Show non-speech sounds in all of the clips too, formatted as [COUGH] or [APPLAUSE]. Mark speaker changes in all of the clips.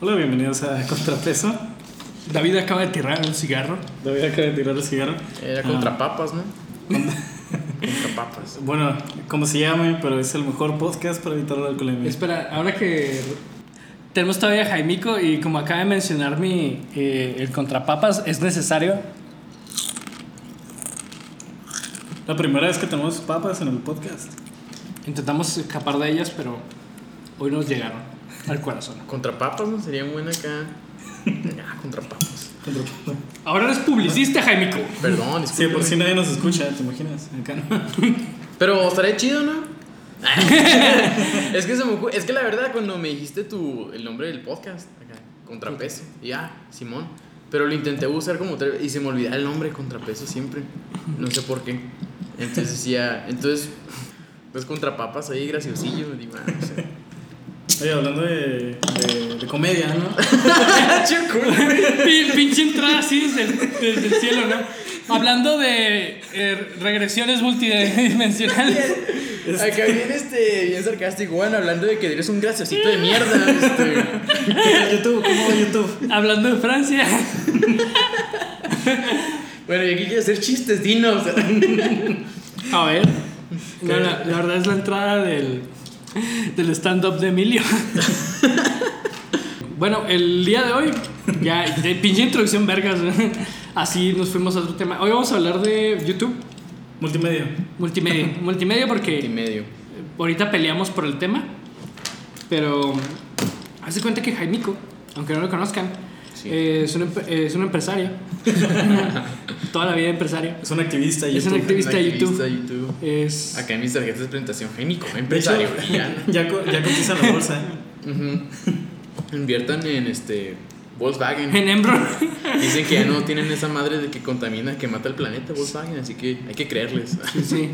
Speaker 1: Hola, bienvenidos a Contrapeso.
Speaker 2: David acaba de tirar un cigarro.
Speaker 1: David acaba de tirar el cigarro.
Speaker 3: Era contra papas, ¿no? contra papas.
Speaker 1: Bueno, como se llame, pero es el mejor podcast para evitar la alcoholemia.
Speaker 2: Espera, ahora que tenemos todavía a Jaimico y como acaba de mencionar mi eh, el contrapapas, es necesario.
Speaker 1: La primera vez que tenemos papas en el podcast.
Speaker 2: Intentamos escapar de ellas, pero hoy nos llegaron al corazón.
Speaker 3: Contra papas, ¿no? Sería buena acá. Ah, contra papas.
Speaker 2: Ahora eres publicista, Jaimico.
Speaker 3: Perdón,
Speaker 1: Sí, por
Speaker 3: disculpen.
Speaker 1: si nadie nos escucha, ¿te imaginas? Acá no.
Speaker 3: Pero estaría chido, ¿no? [LAUGHS] es que se me ocurre- es que la verdad cuando me dijiste tu el nombre del podcast acá, contrapeso ya Simón pero lo intenté usar como tres veces y se me olvidaba el nombre contrapeso siempre no sé por qué entonces decía entonces pues contrapapas ahí graciosillo digo, ah, no sé.
Speaker 1: Oye, hablando de, de, de comedia, ¿no?
Speaker 2: Pi- Pinche entrada así desde el, desde el cielo, ¿no? Hablando de eh, regresiones multidimensionales.
Speaker 3: Acá bien, este, bien sarcástico, bueno, hablando de que eres un graciosito de mierda. Este.
Speaker 1: YouTube, ¿cómo va YouTube?
Speaker 2: Hablando de Francia.
Speaker 3: Bueno, y aquí quiero hacer chistes, dinos.
Speaker 2: A ver. No, [LAUGHS] la, la verdad es la entrada del, del stand-up de Emilio. [LAUGHS] bueno, el día de hoy, ya, de pinche introducción, vergas. Así nos fuimos a otro tema. Hoy vamos a hablar de YouTube,
Speaker 1: Multimedia.
Speaker 2: multimedia. Multimedia
Speaker 3: Y
Speaker 2: porque
Speaker 3: medio.
Speaker 2: ahorita peleamos por el tema. Pero hace cuenta que Jaimico, aunque no lo conozcan,
Speaker 3: Sí.
Speaker 2: eh, es, un, emp- eh, es un empresario. Toda la vida empresario.
Speaker 1: Es un activista.
Speaker 2: Es un
Speaker 1: YouTube.
Speaker 2: activista. Activista de
Speaker 3: Activista de YouTube.
Speaker 2: Es...
Speaker 3: Acá en mis tarjetas de presentación, Génico,
Speaker 1: De hecho,
Speaker 3: empresario. y ya.
Speaker 1: ya, co- ya cotiza en la bolsa.
Speaker 3: [LAUGHS] Ujú. Inviertan en este Volkswagen.
Speaker 2: En Embro.
Speaker 3: Dicen que ya no tienen esa madre de que contamina, que mata el planeta Volkswagen, así que hay que creerles.
Speaker 2: Sí, Pues sí.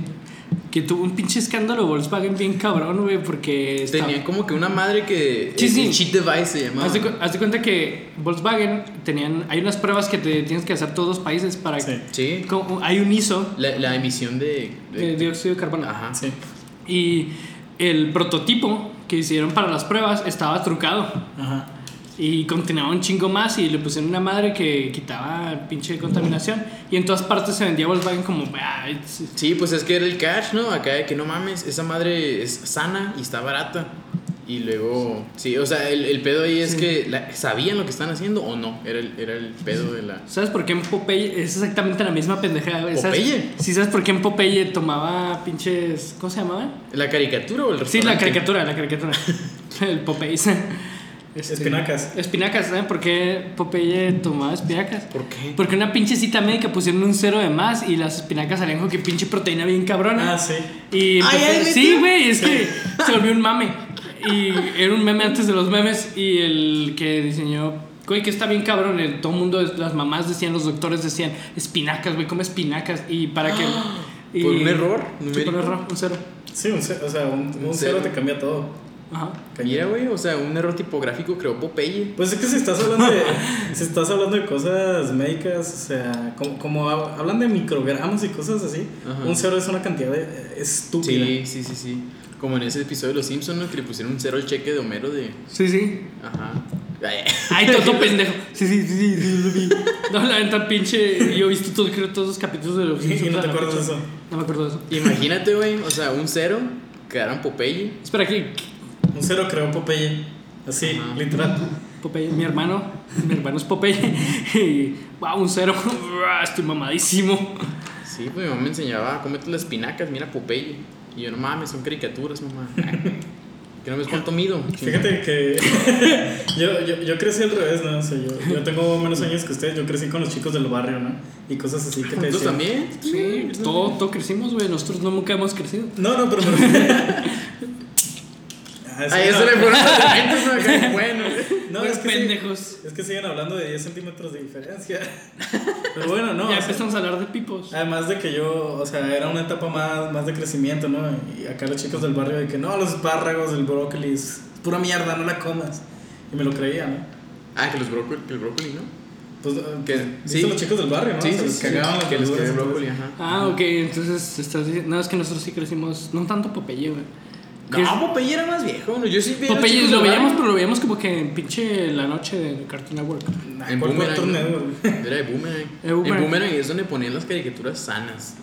Speaker 2: Que tuvo un pinche escándalo Volkswagen bien cabrón, güey, porque... estaba-
Speaker 3: Este, Tenían como que una madre que.
Speaker 2: Sí, sí.
Speaker 3: el Cheat device se llamaba.
Speaker 2: Haz de, cu- haz de cuenta que Volkswagen tenían... Hay unas pruebas que te tienes que hacer todos los países para...
Speaker 1: Sí.
Speaker 3: Sí.
Speaker 2: como- hay un ISO
Speaker 3: La, la emisión de.
Speaker 2: de dióxido de carbono.
Speaker 3: Ajá.
Speaker 1: Sí.
Speaker 2: Y el prototipo que hicieron para las pruebas estaba trucado.
Speaker 1: Ajá.
Speaker 2: Y continuaba un chingo más y le pusieron una madre que quitaba pinche contaminación. Y en todas partes se vendía Volkswagen como... "Ah, it's-
Speaker 3: Sí, pues es que era el cash, ¿no? Acá de que no mames, esa madre es sana y está barata. Y luego, sí, o sea, el, el pedo ahí es que la- sabían lo que están haciendo o no. Era el, era el pedo de la...
Speaker 2: ¿Sabes por qué en Popeye es exactamente la misma pendejada? güey? ¿Sabes-
Speaker 3: ¿Popeye?
Speaker 2: Sí, ¿sabes por qué en Popeye tomaba pinches. ¿Cómo se llamaban?
Speaker 3: ¿La caricatura o el
Speaker 2: Sí, la
Speaker 3: restaurante?
Speaker 2: caricatura, la
Speaker 3: [LAUGHS]
Speaker 2: caricatura. El Popeye. Este-
Speaker 1: Espinacas.
Speaker 2: Espinacas, ¿saben por qué Popeye tomaba espinacas?
Speaker 3: ¿Por qué?
Speaker 2: Porque una pinche cita médica pusieron un cero de más y las espinacas salían con que pinche proteína bien cabrona.
Speaker 1: Ah, sí.
Speaker 2: Y
Speaker 3: Ay,
Speaker 2: empezó-
Speaker 3: ay, ¿neta?
Speaker 2: sí, güey, es [LAUGHS] que se volvió un mame. Y era un meme antes de los memes. Y el que diseñó, güey, que está bien cabrón. el- todo el mundo, las mamás decían, los doctores decían, espinacas, güey, come espinacas. Y para [GASPS] que. y-
Speaker 3: Por un error
Speaker 2: Sí, por
Speaker 3: numérico.
Speaker 2: un error, un cero.
Speaker 1: Sí, un ce- o sea, un, un
Speaker 3: Un
Speaker 1: cero
Speaker 3: cero.
Speaker 1: te cambia todo.
Speaker 2: Ajá.
Speaker 3: Mira, güey, o sea, un error tipográfico creó Popeye.
Speaker 1: Pues es que si estás hablando de, [LAUGHS] si estás hablando de cosas médicas, o sea, como, como hab- hablan de microgramos y cosas así,
Speaker 3: Ajá.
Speaker 1: un cero es una cantidad de- eh, estúpida.
Speaker 3: Sí, sí, sí, sí. Como en ese episodio de Los Simpsons, ¿no? Que le pusieron un cero al cheque de Homero de...
Speaker 2: Sí, sí.
Speaker 3: Ajá.
Speaker 2: [LAUGHS]
Speaker 3: [LAUGHS]
Speaker 2: Ay, todo pendejo. Sí, sí, sí, sí, sí, lo vi. [LAUGHS] No, la neta, pinche. Yo he visto todo- creo, todos los capítulos de los.
Speaker 1: Y no
Speaker 2: Simpsons
Speaker 1: te
Speaker 2: a la
Speaker 1: acuerdas de
Speaker 2: fecha.
Speaker 1: eso.
Speaker 2: No me acuerdo de eso.
Speaker 3: Imagínate, güey, o sea, un cero, quedaron Popeye.
Speaker 2: Espera, que
Speaker 1: Un cero creó Popeye. Así,
Speaker 3: Ajá. [LAUGHS]
Speaker 1: literal.
Speaker 2: Popeye, mi hermano, mi hermano es Popeye. [LAUGHS] Y, wow, un cero. [LAUGHS] Uah, Estoy mamadísimo.
Speaker 3: Sí, pues mi mamá me enseñaba, comete las espinacas, mira Popeye. Y yo, no mames, son caricaturas, mamá. que no ves cuánto mido.
Speaker 1: Fíjate que [LAUGHS] yo, yo, yo crecí al revés, ¿no? O sea, yo, yo tengo menos años que ustedes, yo crecí con los chicos del barrio, ¿no? Y cosas así que te
Speaker 3: ¿Tú
Speaker 1: decían.
Speaker 3: también?
Speaker 2: Sí, todo, todo crecimos, güey. Nosotros no nunca hemos crecido.
Speaker 1: No, no, pero me refiero-
Speaker 3: [LAUGHS]
Speaker 1: Ah, sí,
Speaker 3: Ahí
Speaker 1: no.
Speaker 3: se le fueron los argumentos, ¿no? Acá, Bueno.
Speaker 1: No,
Speaker 2: Pues,
Speaker 1: es que sí.
Speaker 2: pendejos.
Speaker 1: Es que siguen hablando de 10 centímetros de diferencia. [LAUGHS] Pero bueno, no. o
Speaker 2: ya
Speaker 1: sea,
Speaker 2: empezamos a hablar de pipos.
Speaker 1: Además de que yo, o sea, era una etapa más, más de crecimiento, ¿no? Y acá los chicos del barrio de que no, los espárragos, el brócoli es pura mierda, no la comas. Y me lo creía, ¿no?
Speaker 3: Ah, que los brócoli, que el brócoli, ¿no?
Speaker 1: Pues,
Speaker 3: Que-
Speaker 1: pues, ¿viste
Speaker 3: sí.
Speaker 1: los chicos del barrio, ¿no?
Speaker 3: Sí,
Speaker 1: Se
Speaker 3: sí,
Speaker 1: les
Speaker 3: sí,
Speaker 1: cagaban las
Speaker 3: que les
Speaker 1: verduras,
Speaker 3: quedó el
Speaker 1: entonces-
Speaker 3: brócoli, ajá.
Speaker 2: Ah, ok, entonces estás diciendo. No, es que nosotros sí crecimos. No tanto Popeye, güey. que es-
Speaker 3: No, Popeye era más viejo. No, yo sí vi los
Speaker 2: Popeye
Speaker 3: chicos
Speaker 2: lo
Speaker 3: del
Speaker 2: veíamos,
Speaker 3: barrio.
Speaker 2: pero lo veíamos como que en pinche la noche de Cartoon Network.
Speaker 3: En Boomerang.
Speaker 1: Cartoon
Speaker 3: ¿no?
Speaker 1: Network.
Speaker 3: Era de Boomerang.
Speaker 2: Era Boomerang.
Speaker 3: En Boomerang es donde ponían las caricaturas sanas.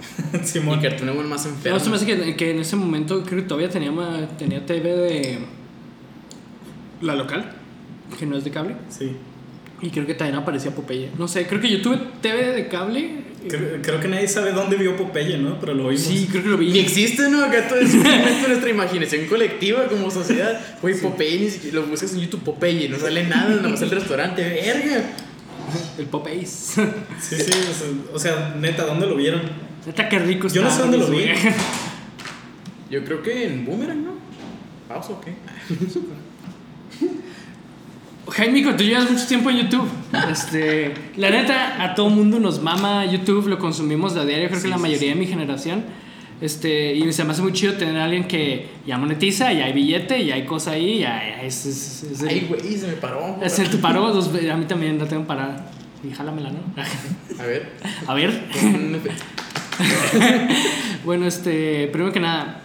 Speaker 1: [LAUGHS] Simón.
Speaker 3: Y Cartoon Network más enfermo.
Speaker 2: No, se me hace que, que en ese momento creo que todavía tenía, ma- tenía TV de la local, que no es de cable.
Speaker 1: Sí.
Speaker 2: Y creo que también aparecía Popeye. No sé, creo que yo tuve TV de cable. Eh,
Speaker 1: Creo, creo que nadie sabe dónde vio Popeye, ¿no? Pero lo vimos.
Speaker 2: Sí, creo que lo vi.
Speaker 3: Ni existe, ¿no? Acá todo es un momento de nuestra imaginación colectiva como sociedad. Güey, Popeye, ni siquiera- lo buscas en YouTube Popeye, no sale nada, nomás el restaurante, verga.
Speaker 2: El Popeyes.
Speaker 1: Sí, sí, o sea, o sea, neta, ¿dónde lo vieron?
Speaker 2: [LAUGHS] Neta, qué rico
Speaker 1: Yo no sé
Speaker 2: está,
Speaker 1: dónde lo vi.
Speaker 2: güey.
Speaker 3: Yo creo que en Boomerang, ¿no? ¿Pausa o qué?
Speaker 2: [LAUGHS] Jaime, tú llevas mucho tiempo en YouTube. Este, la neta, a todo mundo nos mama YouTube, lo consumimos a diario, creo que la mayoría de mi generación. Este, y se me hace muy chido tener a alguien que ya monetiza, ya hay billete, ya hay cosa ahí, ya, ya es, es- es el-
Speaker 3: Ay, güey, se me paró.
Speaker 2: es el tu paro. dos- a mí también la tengo parada. Y jálamela, ¿no? [LAUGHS]
Speaker 3: A ver.
Speaker 2: A ver.
Speaker 3: un efecto.
Speaker 2: Bueno, este, primero que nada,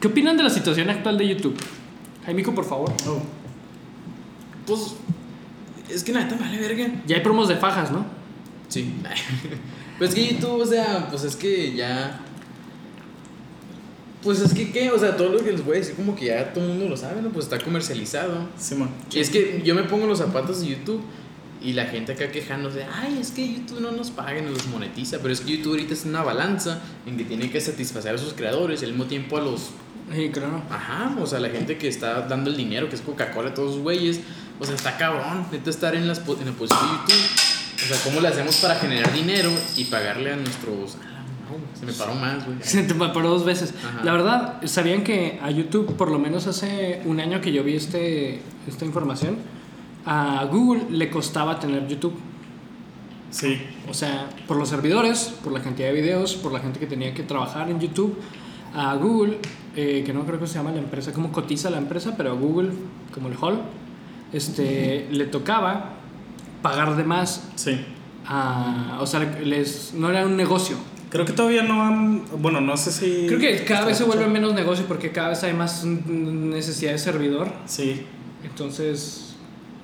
Speaker 2: ¿qué opinan de la situación actual de YouTube? Jaimico, por favor.
Speaker 1: No.
Speaker 3: Pues, es que nada, vale verga.
Speaker 2: Ya hay promos de fajas, ¿no?
Speaker 3: Sí. [LAUGHS] Pues que YouTube, o sea, pues es que ya. Pues es que, ¿qué? O sea, todo lo que les voy a decir, como que ya todo el mundo lo sabe, ¿no? Pues está comercializado.
Speaker 1: Simón.
Speaker 3: Y es que yo me pongo los zapatos de YouTube y la gente acá quejándose, ay, es que YouTube no nos paga, no los monetiza, pero es que YouTube ahorita es una balanza en que tiene que satisfacer a sus creadores y al mismo tiempo a los,
Speaker 2: Sí, claro.
Speaker 3: ajá, o sea, la gente que está dando el dinero, que es Coca-Cola, todos los güeyes, o sea, está cabrón, neta estar en, las, po- en la posición de YouTube, o sea, ¿cómo le hacemos para generar dinero y pagarle a nuestros... Ah, no, se me paró más, güey.
Speaker 2: [LAUGHS] Se te paró dos veces.
Speaker 3: Ajá.
Speaker 2: La verdad, sabían que a YouTube, por lo menos hace un año que yo vi este, esta información, a Google le costaba tener YouTube.
Speaker 1: Sí.
Speaker 2: O sea, por los servidores, por la cantidad de videos, por la gente que tenía que trabajar en YouTube. A Google, eh, que no creo que se llama la empresa, como cotiza la empresa, pero a Google, como el Hall, este, le tocaba pagar de más.
Speaker 1: Sí.
Speaker 2: A, o sea, les, no era un negocio,
Speaker 1: Creo que todavía no han. Bueno, no sé si.
Speaker 2: Creo que cada vez se vuelve menos negocio porque cada vez hay más mm, necesidad de servidor.
Speaker 1: Sí.
Speaker 2: Entonces,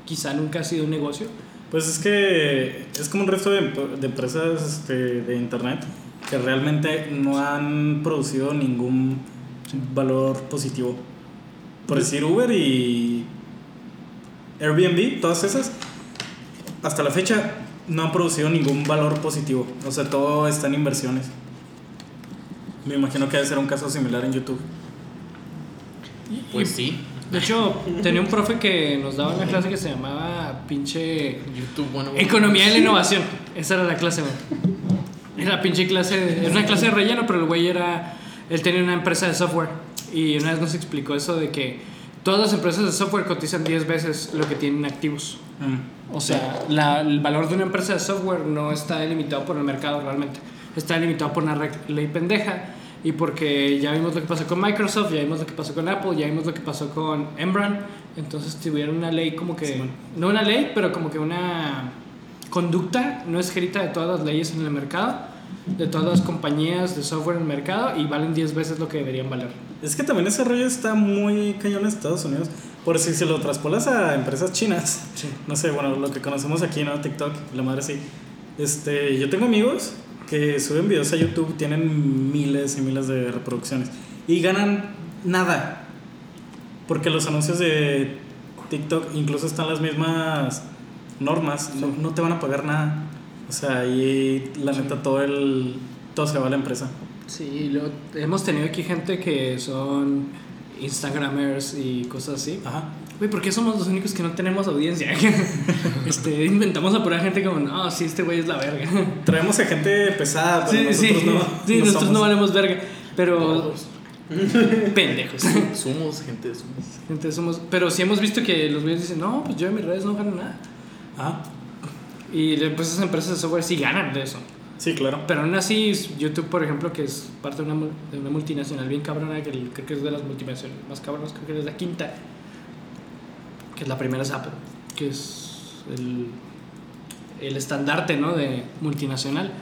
Speaker 2: quizá nunca ha sido un negocio.
Speaker 1: Pues es que es como un resto de, emp- de empresas este, de internet que realmente no han producido ningún valor positivo. Por decir Uber y Airbnb, todas esas, hasta la fecha no han producido ningún valor positivo. O sea, todo está en inversiones. Me imagino que debe ser un caso similar en YouTube.
Speaker 3: Pues sí,
Speaker 2: De hecho, tenía un profe que nos daba una clase que se llamaba pinche
Speaker 3: YouTube, bueno...
Speaker 2: Economía de la Innovación. Esa era la clase, güey. Era pinche clase, de- era una clase de relleno, pero el güey era, él tenía una empresa de software y una vez nos explicó eso de que todas las empresas de software cotizan 10 veces lo que tienen activos. O sea, la- el valor de una empresa de software no está delimitado por el mercado realmente. Está delimitado por una reg- ley pendeja. Y porque ya vimos lo que pasó con Microsoft, ya vimos lo que pasó con Apple, ya vimos lo que pasó con Embran. Entonces tuvieron una ley como que... No una ley, pero como que una conducta no escrita de todas las leyes en el mercado, de todas las compañías de software en el mercado y valen 10 veces lo que deberían valer.
Speaker 1: Es que también ese rollo está muy cañón en Estados Unidos. Por si se lo traspolas a empresas chinas. No sé, bueno, lo que conocemos aquí, ¿no? TikTok, la madre sí. Este, yo tengo amigos que suben videos a YouTube, tienen miles y miles de reproducciones y ganan nada. Porque los anuncios de TikTok incluso están las mismas normas, no, no te van a pagar nada. O sea, y la neta todo el todo se va a la empresa.
Speaker 2: Sí, lo, hemos tenido aquí gente que son Instagramers y cosas así.
Speaker 1: Ajá.
Speaker 2: Güey, ¿por qué somos los únicos que no tenemos audiencia? [LAUGHS] este, inventamos a pura gente como, no, sí, este güey es la verga.
Speaker 1: Traemos a gente pesada,
Speaker 2: Sí,
Speaker 1: pero nosotros
Speaker 2: sí,
Speaker 1: no.
Speaker 2: sí,
Speaker 1: no
Speaker 2: nosotros
Speaker 1: somos.
Speaker 2: no valemos verga, pero
Speaker 3: Todos.
Speaker 2: [LAUGHS] pendejos.
Speaker 3: Somos gente de somos.
Speaker 2: Entonces somos, pero sí hemos visto que los güeyes dicen, no, pues yo en mis redes no gano nada.
Speaker 1: Ajá.
Speaker 2: Y le- pues esas empresas de software sí ganan de eso.
Speaker 1: Sí, claro.
Speaker 2: Pero aún así, YouTube, por ejemplo, que es parte de una, mul- de una multinacional bien cabrona, que el- creo que es de las multinacionales más cabronas, creo que es la quinta, que es la primera es Apple, que es el, el estandarte, ¿no? De multinacional.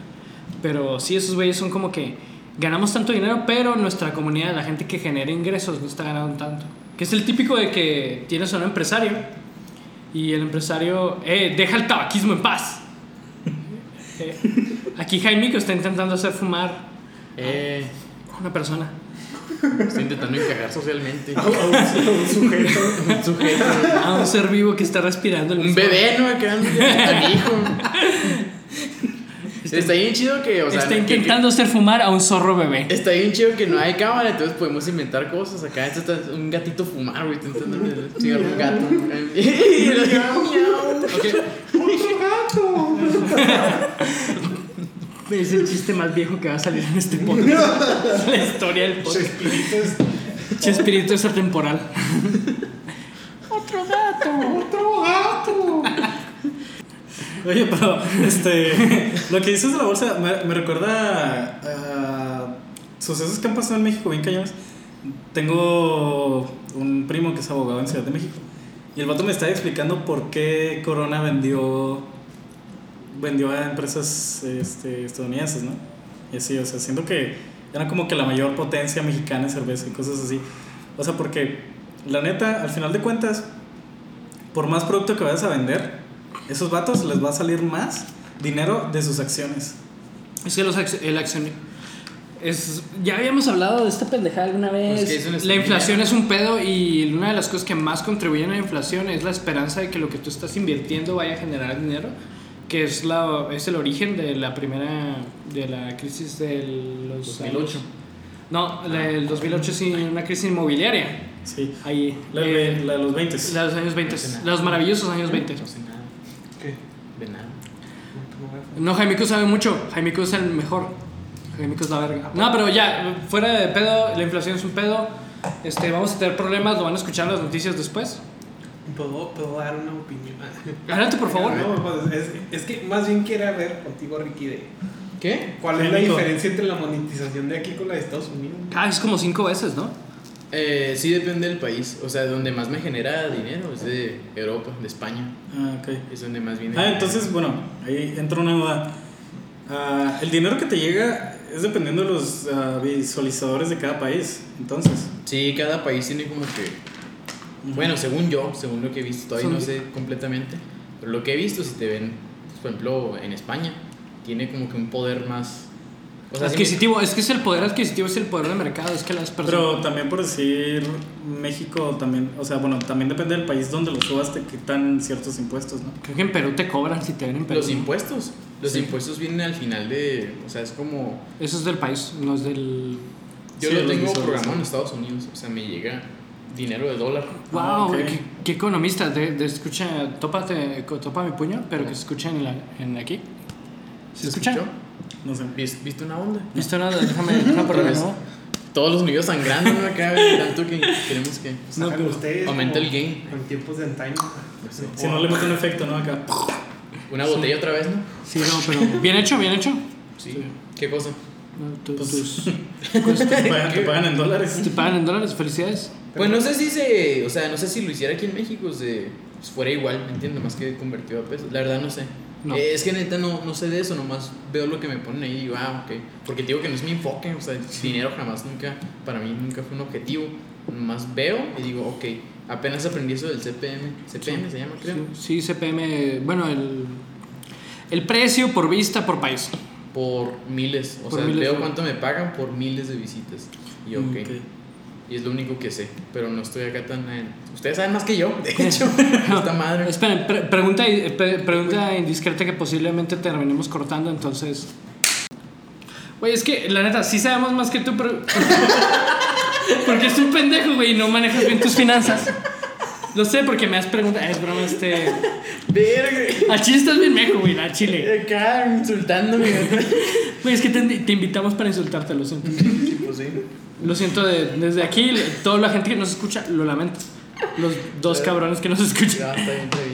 Speaker 2: Pero sí, esos güeyes son como que ganamos tanto dinero, pero nuestra comunidad, la gente que genera ingresos, no está ganando tanto. Que es el típico de que tienes a un empresario y el empresario, eh, deja el tabaquismo en paz. Eh, aquí Jaime que está intentando hacer fumar
Speaker 3: Eh,
Speaker 2: a una persona.
Speaker 3: estoy intentando encajar socialmente.
Speaker 1: A un, a [LAUGHS] un sujeto.
Speaker 3: Un sujeto.
Speaker 2: A un ser vivo que está respirando. el
Speaker 3: Un
Speaker 2: mismo-
Speaker 3: bebé, ¿no? Acá, un
Speaker 1: [LAUGHS]
Speaker 3: hijo. Está bien chido que, o sea,
Speaker 2: está
Speaker 3: que- que-
Speaker 2: intentando hacer fumar a un zorro bebé.
Speaker 3: Está bien chido que no hay cámara, entonces podemos inventar cosas. Acá esto está un gatito fumar, güey. Intentando cigarro un gato.
Speaker 1: [LAUGHS]
Speaker 3: Ok.
Speaker 1: ¡Otro gato!
Speaker 2: Es el chiste más viejo que va a salir en este
Speaker 3: [LAUGHS]
Speaker 2: podcast. la historia del podcast.
Speaker 1: Chespirito es
Speaker 2: Chespirito es atemporal.
Speaker 1: otro gato, otro gato. Oye, pero este, lo que dices de la bolsa me, me recuerda a, a sucesos que han pasado en México bien cañones. Tengo un primo que es abogado en Ciudad de México y el vato me estaba explicando por qué Corona vendió vendió a empresas este, estadounidenses, ¿no? Y así, o sea, siento que era como que la mayor potencia mexicana en cerveza y cosas así. O sea, porque la neta, al final de cuentas, por más producto que vayas a vender, esos vatos les va a salir más dinero de sus acciones.
Speaker 2: Es que los acc- el accionista. Es, ya habíamos hablado de esta pendejada alguna vez.
Speaker 3: Pues que es una
Speaker 2: la
Speaker 3: estupidez.
Speaker 2: inflación es un pedo y una de las cosas que más contribuyen a la inflación es la esperanza de que lo que tú estás invirtiendo vaya a generar dinero, que es, la, es el origen de la primera, de la crisis del los
Speaker 3: 2008.
Speaker 2: años- no, la del 2008 sí, una crisis inmobiliaria.
Speaker 1: Sí.
Speaker 2: Ahí.
Speaker 1: La,
Speaker 2: eh,
Speaker 1: de, la de los 20.
Speaker 2: la de los años 20,
Speaker 3: No sé nada.
Speaker 2: los maravillosos años 20.
Speaker 3: No sé nada.
Speaker 4: ¿Qué?
Speaker 3: De nada.
Speaker 2: No, Jaimico sabe mucho. Jaimico es el mejor. Jaimico es la verga. No, pero ya, fuera de pedo, la inflación es un pedo. Este, vamos a tener problemas, lo van a escuchar en las noticias después.
Speaker 4: ¿Puedo, puedo dar una opinión?
Speaker 2: Adelante, por
Speaker 1: Ah,
Speaker 2: favor.
Speaker 4: No, pues, es, es que más bien quería ver contigo, Ricky, de
Speaker 3: ¿Qué?
Speaker 4: cuál es
Speaker 1: Sí,
Speaker 4: la
Speaker 1: Nico.
Speaker 4: diferencia entre la monetización de aquí con la de Estados Unidos.
Speaker 2: Ah, es como cinco veces, ¿no?
Speaker 3: Eh, sí depende del país. O sea, donde más me genera dinero es de Europa, de España.
Speaker 1: Ah, ok.
Speaker 3: Es donde más viene.
Speaker 1: Ah, entonces, bueno, ahí entra una duda. Ah, el dinero que te llega es dependiendo de los ah, visualizadores de cada país. Entonces,
Speaker 3: Sí, cada país tiene como que. Bueno, según yo, según lo que he visto, todavía
Speaker 2: Son-
Speaker 3: no sé completamente. Pero lo que he visto, si te ven, por ejemplo, en España, tiene como que un poder más. O sea, sí me-
Speaker 2: adquisitivo, es que es el poder adquisitivo, es el poder de mercado, es que las personas.
Speaker 1: pero también por decir México también, o sea, bueno, también depende del país donde lo subas te quitan ciertos impuestos, ¿no?
Speaker 2: Creo que en Perú te cobran si te ven en Perú.
Speaker 3: Los impuestos. Los
Speaker 1: Sí.
Speaker 3: impuestos vienen al final de. O sea, es como.
Speaker 2: Eso es del país, no es del.
Speaker 3: Yo
Speaker 1: Sí,
Speaker 3: lo
Speaker 1: los
Speaker 3: tengo
Speaker 1: visores,
Speaker 3: programado
Speaker 1: ¿no?
Speaker 3: en Estados Unidos. O sea, me llega dinero de dólar.
Speaker 2: Wow,
Speaker 1: Ah, ok.
Speaker 2: qué, qué economista. De, de escucha, tópate, co- topa mi puño, pero que se escucha en, la, en aquí. ¿Se, escucha?
Speaker 3: escuchó?
Speaker 1: No sé.
Speaker 3: ¿Vis- ¿Viste una onda?
Speaker 2: ¿Viste nada? Déjame,
Speaker 3: [LAUGHS]
Speaker 2: déjame probar
Speaker 3: Pues,
Speaker 2: de nuevo.
Speaker 3: Todos los niños sangrando ¿no? acá, [LAUGHS] güey, tanto que queremos que.
Speaker 2: No, pues,
Speaker 4: Sacan
Speaker 2: pero
Speaker 4: ustedes
Speaker 3: aumenta
Speaker 4: como
Speaker 3: el gain.
Speaker 4: En tiempos de antaño.
Speaker 3: sé.
Speaker 1: Si no le meten un efecto, ¿no? Acá.
Speaker 3: Una botella otra vez, ¿no?
Speaker 2: Sí, no, pero. [LAUGHS] Bien hecho, bien hecho.
Speaker 3: Sí. ¿Qué cosa?
Speaker 2: No, tu-
Speaker 1: Pues-
Speaker 2: [LAUGHS] tus-
Speaker 1: Te pagan, te pagan en dólares.
Speaker 2: te pagan en dólares, felicidades.
Speaker 3: Pues no sé si se. O sea, no sé si lo hiciera aquí en México, se, pues fuera igual, ¿me entiendes? Más que convertido a pesos. La verdad, no sé.
Speaker 2: No.
Speaker 3: Eh, es que neta no, no sé de eso, nomás veo lo que me ponen ahí y digo, ah, ok. Porque te digo que no es mi enfoque, o sea, el dinero jamás, nunca, para mí nunca fue un objetivo. Nomás veo y digo, ok. Apenas aprendí eso del CPM. CPM se llama, creo.
Speaker 2: Sí, CPM. Bueno, el. El precio por vista por país.
Speaker 3: Por miles. O
Speaker 2: Por
Speaker 3: sea,
Speaker 2: miles,
Speaker 3: veo
Speaker 2: ¿no?
Speaker 3: cuánto me pagan por miles de visitas. Y ok.
Speaker 1: Ok.
Speaker 3: Y es lo único que sé. Pero no estoy acá tan. en- Ustedes saben más que yo,
Speaker 2: [LAUGHS]
Speaker 3: de hecho. Esta madre.
Speaker 2: Esperen, pre- pregunta, eh, pre- pregunta indiscreta que posiblemente terminemos cortando, entonces. Güey, es que la neta, sí sabemos más que tú, pero. [LAUGHS] Porque es un pendejo, güey, y no manejas bien tus finanzas. Lo sé porque me has preguntado. Es broma, este.
Speaker 3: Verga. eh,
Speaker 2: Al chile estás bien mejo, güey, al chile.
Speaker 3: Acá
Speaker 2: [LAUGHS]
Speaker 3: insultándome. Ah,
Speaker 2: Güey, es que te, te invitamos para insultarte, lo siento.
Speaker 4: Pues sí.
Speaker 2: Lo siento de- desde aquí, le- toda la gente que nos escucha, lo lamento. Los dos cabrones que nos escuchan.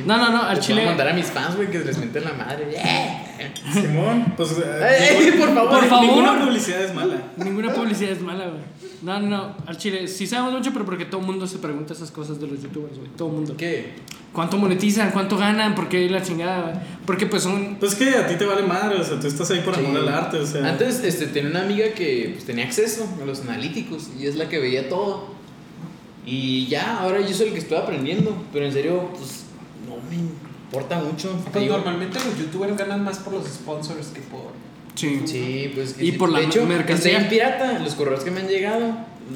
Speaker 3: No,
Speaker 2: No, no, no, al
Speaker 3: Chile. Voy a
Speaker 2: chile. Eh.
Speaker 3: mandar a mis fans, güey, que les meten la madre. Yeah.
Speaker 1: Simón, pues.
Speaker 3: Ey, ey, Eh, por favor.
Speaker 2: Por favor.
Speaker 1: Ninguna publicidad es mala.
Speaker 2: Ninguna publicidad es mala, güey. No, no, no. Al chile, sí sabemos mucho, pero porque todo el mundo se pregunta esas cosas de los youtubers, güey. Todo el mundo.
Speaker 3: ¿Qué?
Speaker 2: ¿Cuánto monetizan? ¿Cuánto ganan? ¿Por qué la chingada, güey? Porque pues son.
Speaker 1: Pues que a ti te vale madre, o sea, tú estás ahí por amor
Speaker 3: Sí.
Speaker 1: al arte, o sea.
Speaker 3: Antes este, tenía una amiga que pues, tenía acceso a los analíticos y es la que veía todo. Y ya, ahora yo soy el que estoy aprendiendo, pero en serio, pues no me importa mucho. Te
Speaker 4: Pues
Speaker 3: digo,
Speaker 4: normalmente los youtubers ganan más por los sponsors que por.
Speaker 2: Sí.
Speaker 3: Sí, pues que
Speaker 2: Y
Speaker 3: sí.
Speaker 2: por la
Speaker 3: de hecho,
Speaker 2: mercancía.
Speaker 3: estoy en pirata, los correos que me han llegado,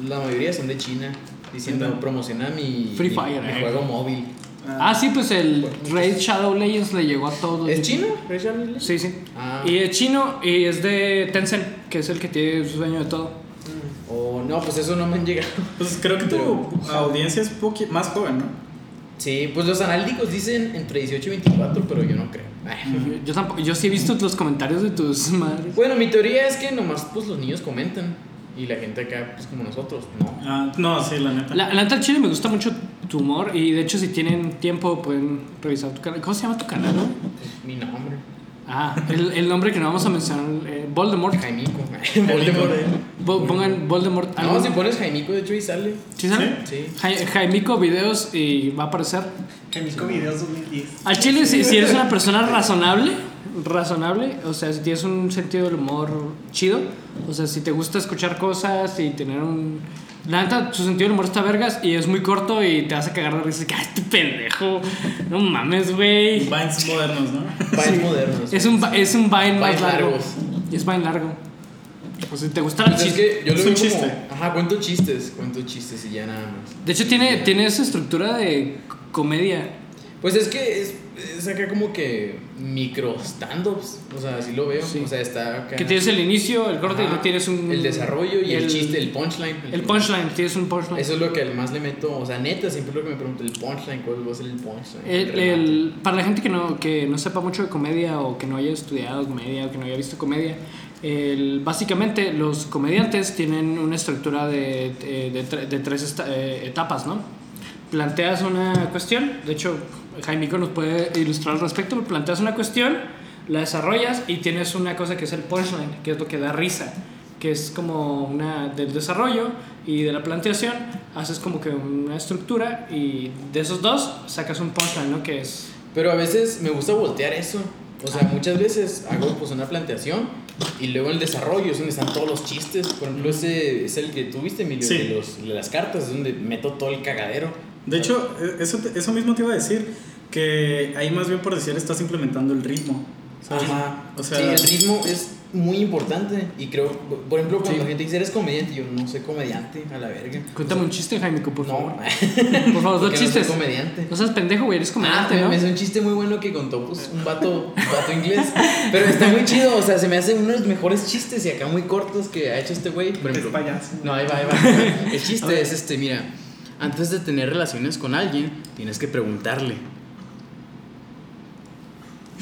Speaker 3: la mayoría son de China, diciendo
Speaker 1: Ujú.
Speaker 3: promociona mi,
Speaker 2: Free
Speaker 3: mi-
Speaker 2: Fire,
Speaker 3: mi
Speaker 2: eh.
Speaker 3: juego móvil.
Speaker 2: Ah, sí, pues el Raid Shadow Legends le llegó a todos.
Speaker 3: ¿Es chino? ¿Es chino?
Speaker 2: Sí, sí.
Speaker 3: Ah.
Speaker 2: Y es chino y es de Tencent, que es el que tiene su dueño de todo.
Speaker 3: O no, pues eso no me han llegado.
Speaker 1: Pues creo que tu
Speaker 3: Pero-
Speaker 1: audiencia es poqui- más joven, ¿no?
Speaker 3: Sí, pues los analíticos dicen entre 18 y 24, pero yo no creo. Ay.
Speaker 2: Yo, yo tampoco, yo sí he visto los comentarios de tus [LAUGHS] madres.
Speaker 3: Bueno, mi teoría es que nomás pues los niños comentan y la gente acá pues como nosotros, no.
Speaker 1: Ah, no, sí, la neta.
Speaker 2: La, la neta, al chile me gusta mucho tu humor y de hecho si tienen tiempo pueden revisar tu canal. ¿Cómo se llama tu canal? güey?
Speaker 3: Pues, mi nombre,
Speaker 2: Ah, el, el nombre que no vamos a mencionar, eh, Voldemort.
Speaker 3: Jaimico. [LAUGHS] Voldemort.
Speaker 2: Vo- pongan Voldemort.
Speaker 3: No, si pones Jaimico de hecho ahí sale.
Speaker 2: ¿Sí sale?
Speaker 3: Sí.
Speaker 2: Ja- Jaimico Videos y va a aparecer.
Speaker 4: En mis videos 2010.
Speaker 2: Al chile, si, si eres una persona razonable, razonable, o sea, si tienes un sentido del humor chido, o sea, si te gusta escuchar cosas y tener un... La neta, su sentido del humor está vergas y es muy corto y te vas a cagar de risa. ¡Ay, este pendejo! No mames, güey.
Speaker 1: Vines modernos, ¿no?
Speaker 3: Vines modernos.
Speaker 2: Es un, ba- es un Vine más
Speaker 3: Vines
Speaker 2: largo.
Speaker 3: largos.
Speaker 2: Es Vine largo. O sea, si te gusta la
Speaker 3: Pues es
Speaker 2: chis-
Speaker 3: que yo lo
Speaker 1: es
Speaker 3: veo
Speaker 1: un
Speaker 3: como,
Speaker 1: chiste.
Speaker 3: ajá, cuento chistes, cuento chistes y ya nada más.
Speaker 2: De hecho, tiene, tiene esa estructura de comedia.
Speaker 3: Pues es que es, es acá como que micro stand-ups, o sea, así lo veo,
Speaker 2: Sí.
Speaker 3: o sea, está acá.
Speaker 2: Que tienes el inicio, el corte, y
Speaker 3: Ajá.
Speaker 2: luego tienes un...
Speaker 3: El desarrollo y el, chiste, el punchline.
Speaker 2: El punchline, tienes un punchline.
Speaker 3: Eso es lo que más le meto, o sea, neta, siempre lo que me pregunto, el punchline, ¿cuál va a ser el punchline?
Speaker 2: El-
Speaker 3: remate.
Speaker 2: Eh, el- para la gente que no, que no sepa mucho de comedia o que no haya estudiado comedia o que no haya visto comedia, el- básicamente los comediantes tienen una estructura de, eh, de tre- de tres esta- eh, etapas, ¿no? Planteas una cuestión, de hecho Jaimico nos puede ilustrar al respecto, pero planteas una cuestión, la desarrollas y tienes una cosa que es el punchline, que es lo que da risa, que es como una del desarrollo y de la planteación, haces como que una estructura y de esos dos sacas un punchline, ¿no? Que es...
Speaker 3: Pero a veces me gusta voltear eso. O
Speaker 2: Ah.
Speaker 3: sea, muchas veces hago pues una planteación y luego el desarrollo es donde están todos los chistes. Por ejemplo, ese es el que tuviste, Emilio,
Speaker 1: Sí.
Speaker 3: de, los, de las cartas, es donde meto todo el cagadero.
Speaker 1: De hecho, e- eso, te- eso mismo te iba a decir, que ahí más bien por decir estás implementando el ritmo. ¿sabes?
Speaker 3: Ajá.
Speaker 1: O sea,
Speaker 3: sí, el ritmo es muy importante y creo, por ejemplo, cuando la gente dice, eres comediante, yo no soy comediante, a la verga.
Speaker 2: Cuéntame un chiste, Jaimico, por favor.
Speaker 3: No, [LAUGHS]
Speaker 2: Por favor, dos
Speaker 3: porque no soy
Speaker 2: chistes.
Speaker 3: comediante.
Speaker 2: No seas pendejo, güey, eres comediante,
Speaker 3: Ah,
Speaker 2: ¿no?
Speaker 3: me, es un chiste muy bueno que contó pues, un vato, un vato inglés. Pero está muy chido, o sea, se me hace uno de los mejores chistes y acá muy cortos que ha hecho este güey. Por
Speaker 4: Es
Speaker 3: ejemplo,
Speaker 4: payaso.
Speaker 3: no, ahí va, ahí
Speaker 2: [LAUGHS]
Speaker 3: va. El
Speaker 2: A ver.
Speaker 3: chiste es este, mira, antes de tener relaciones con alguien, tienes que preguntarle.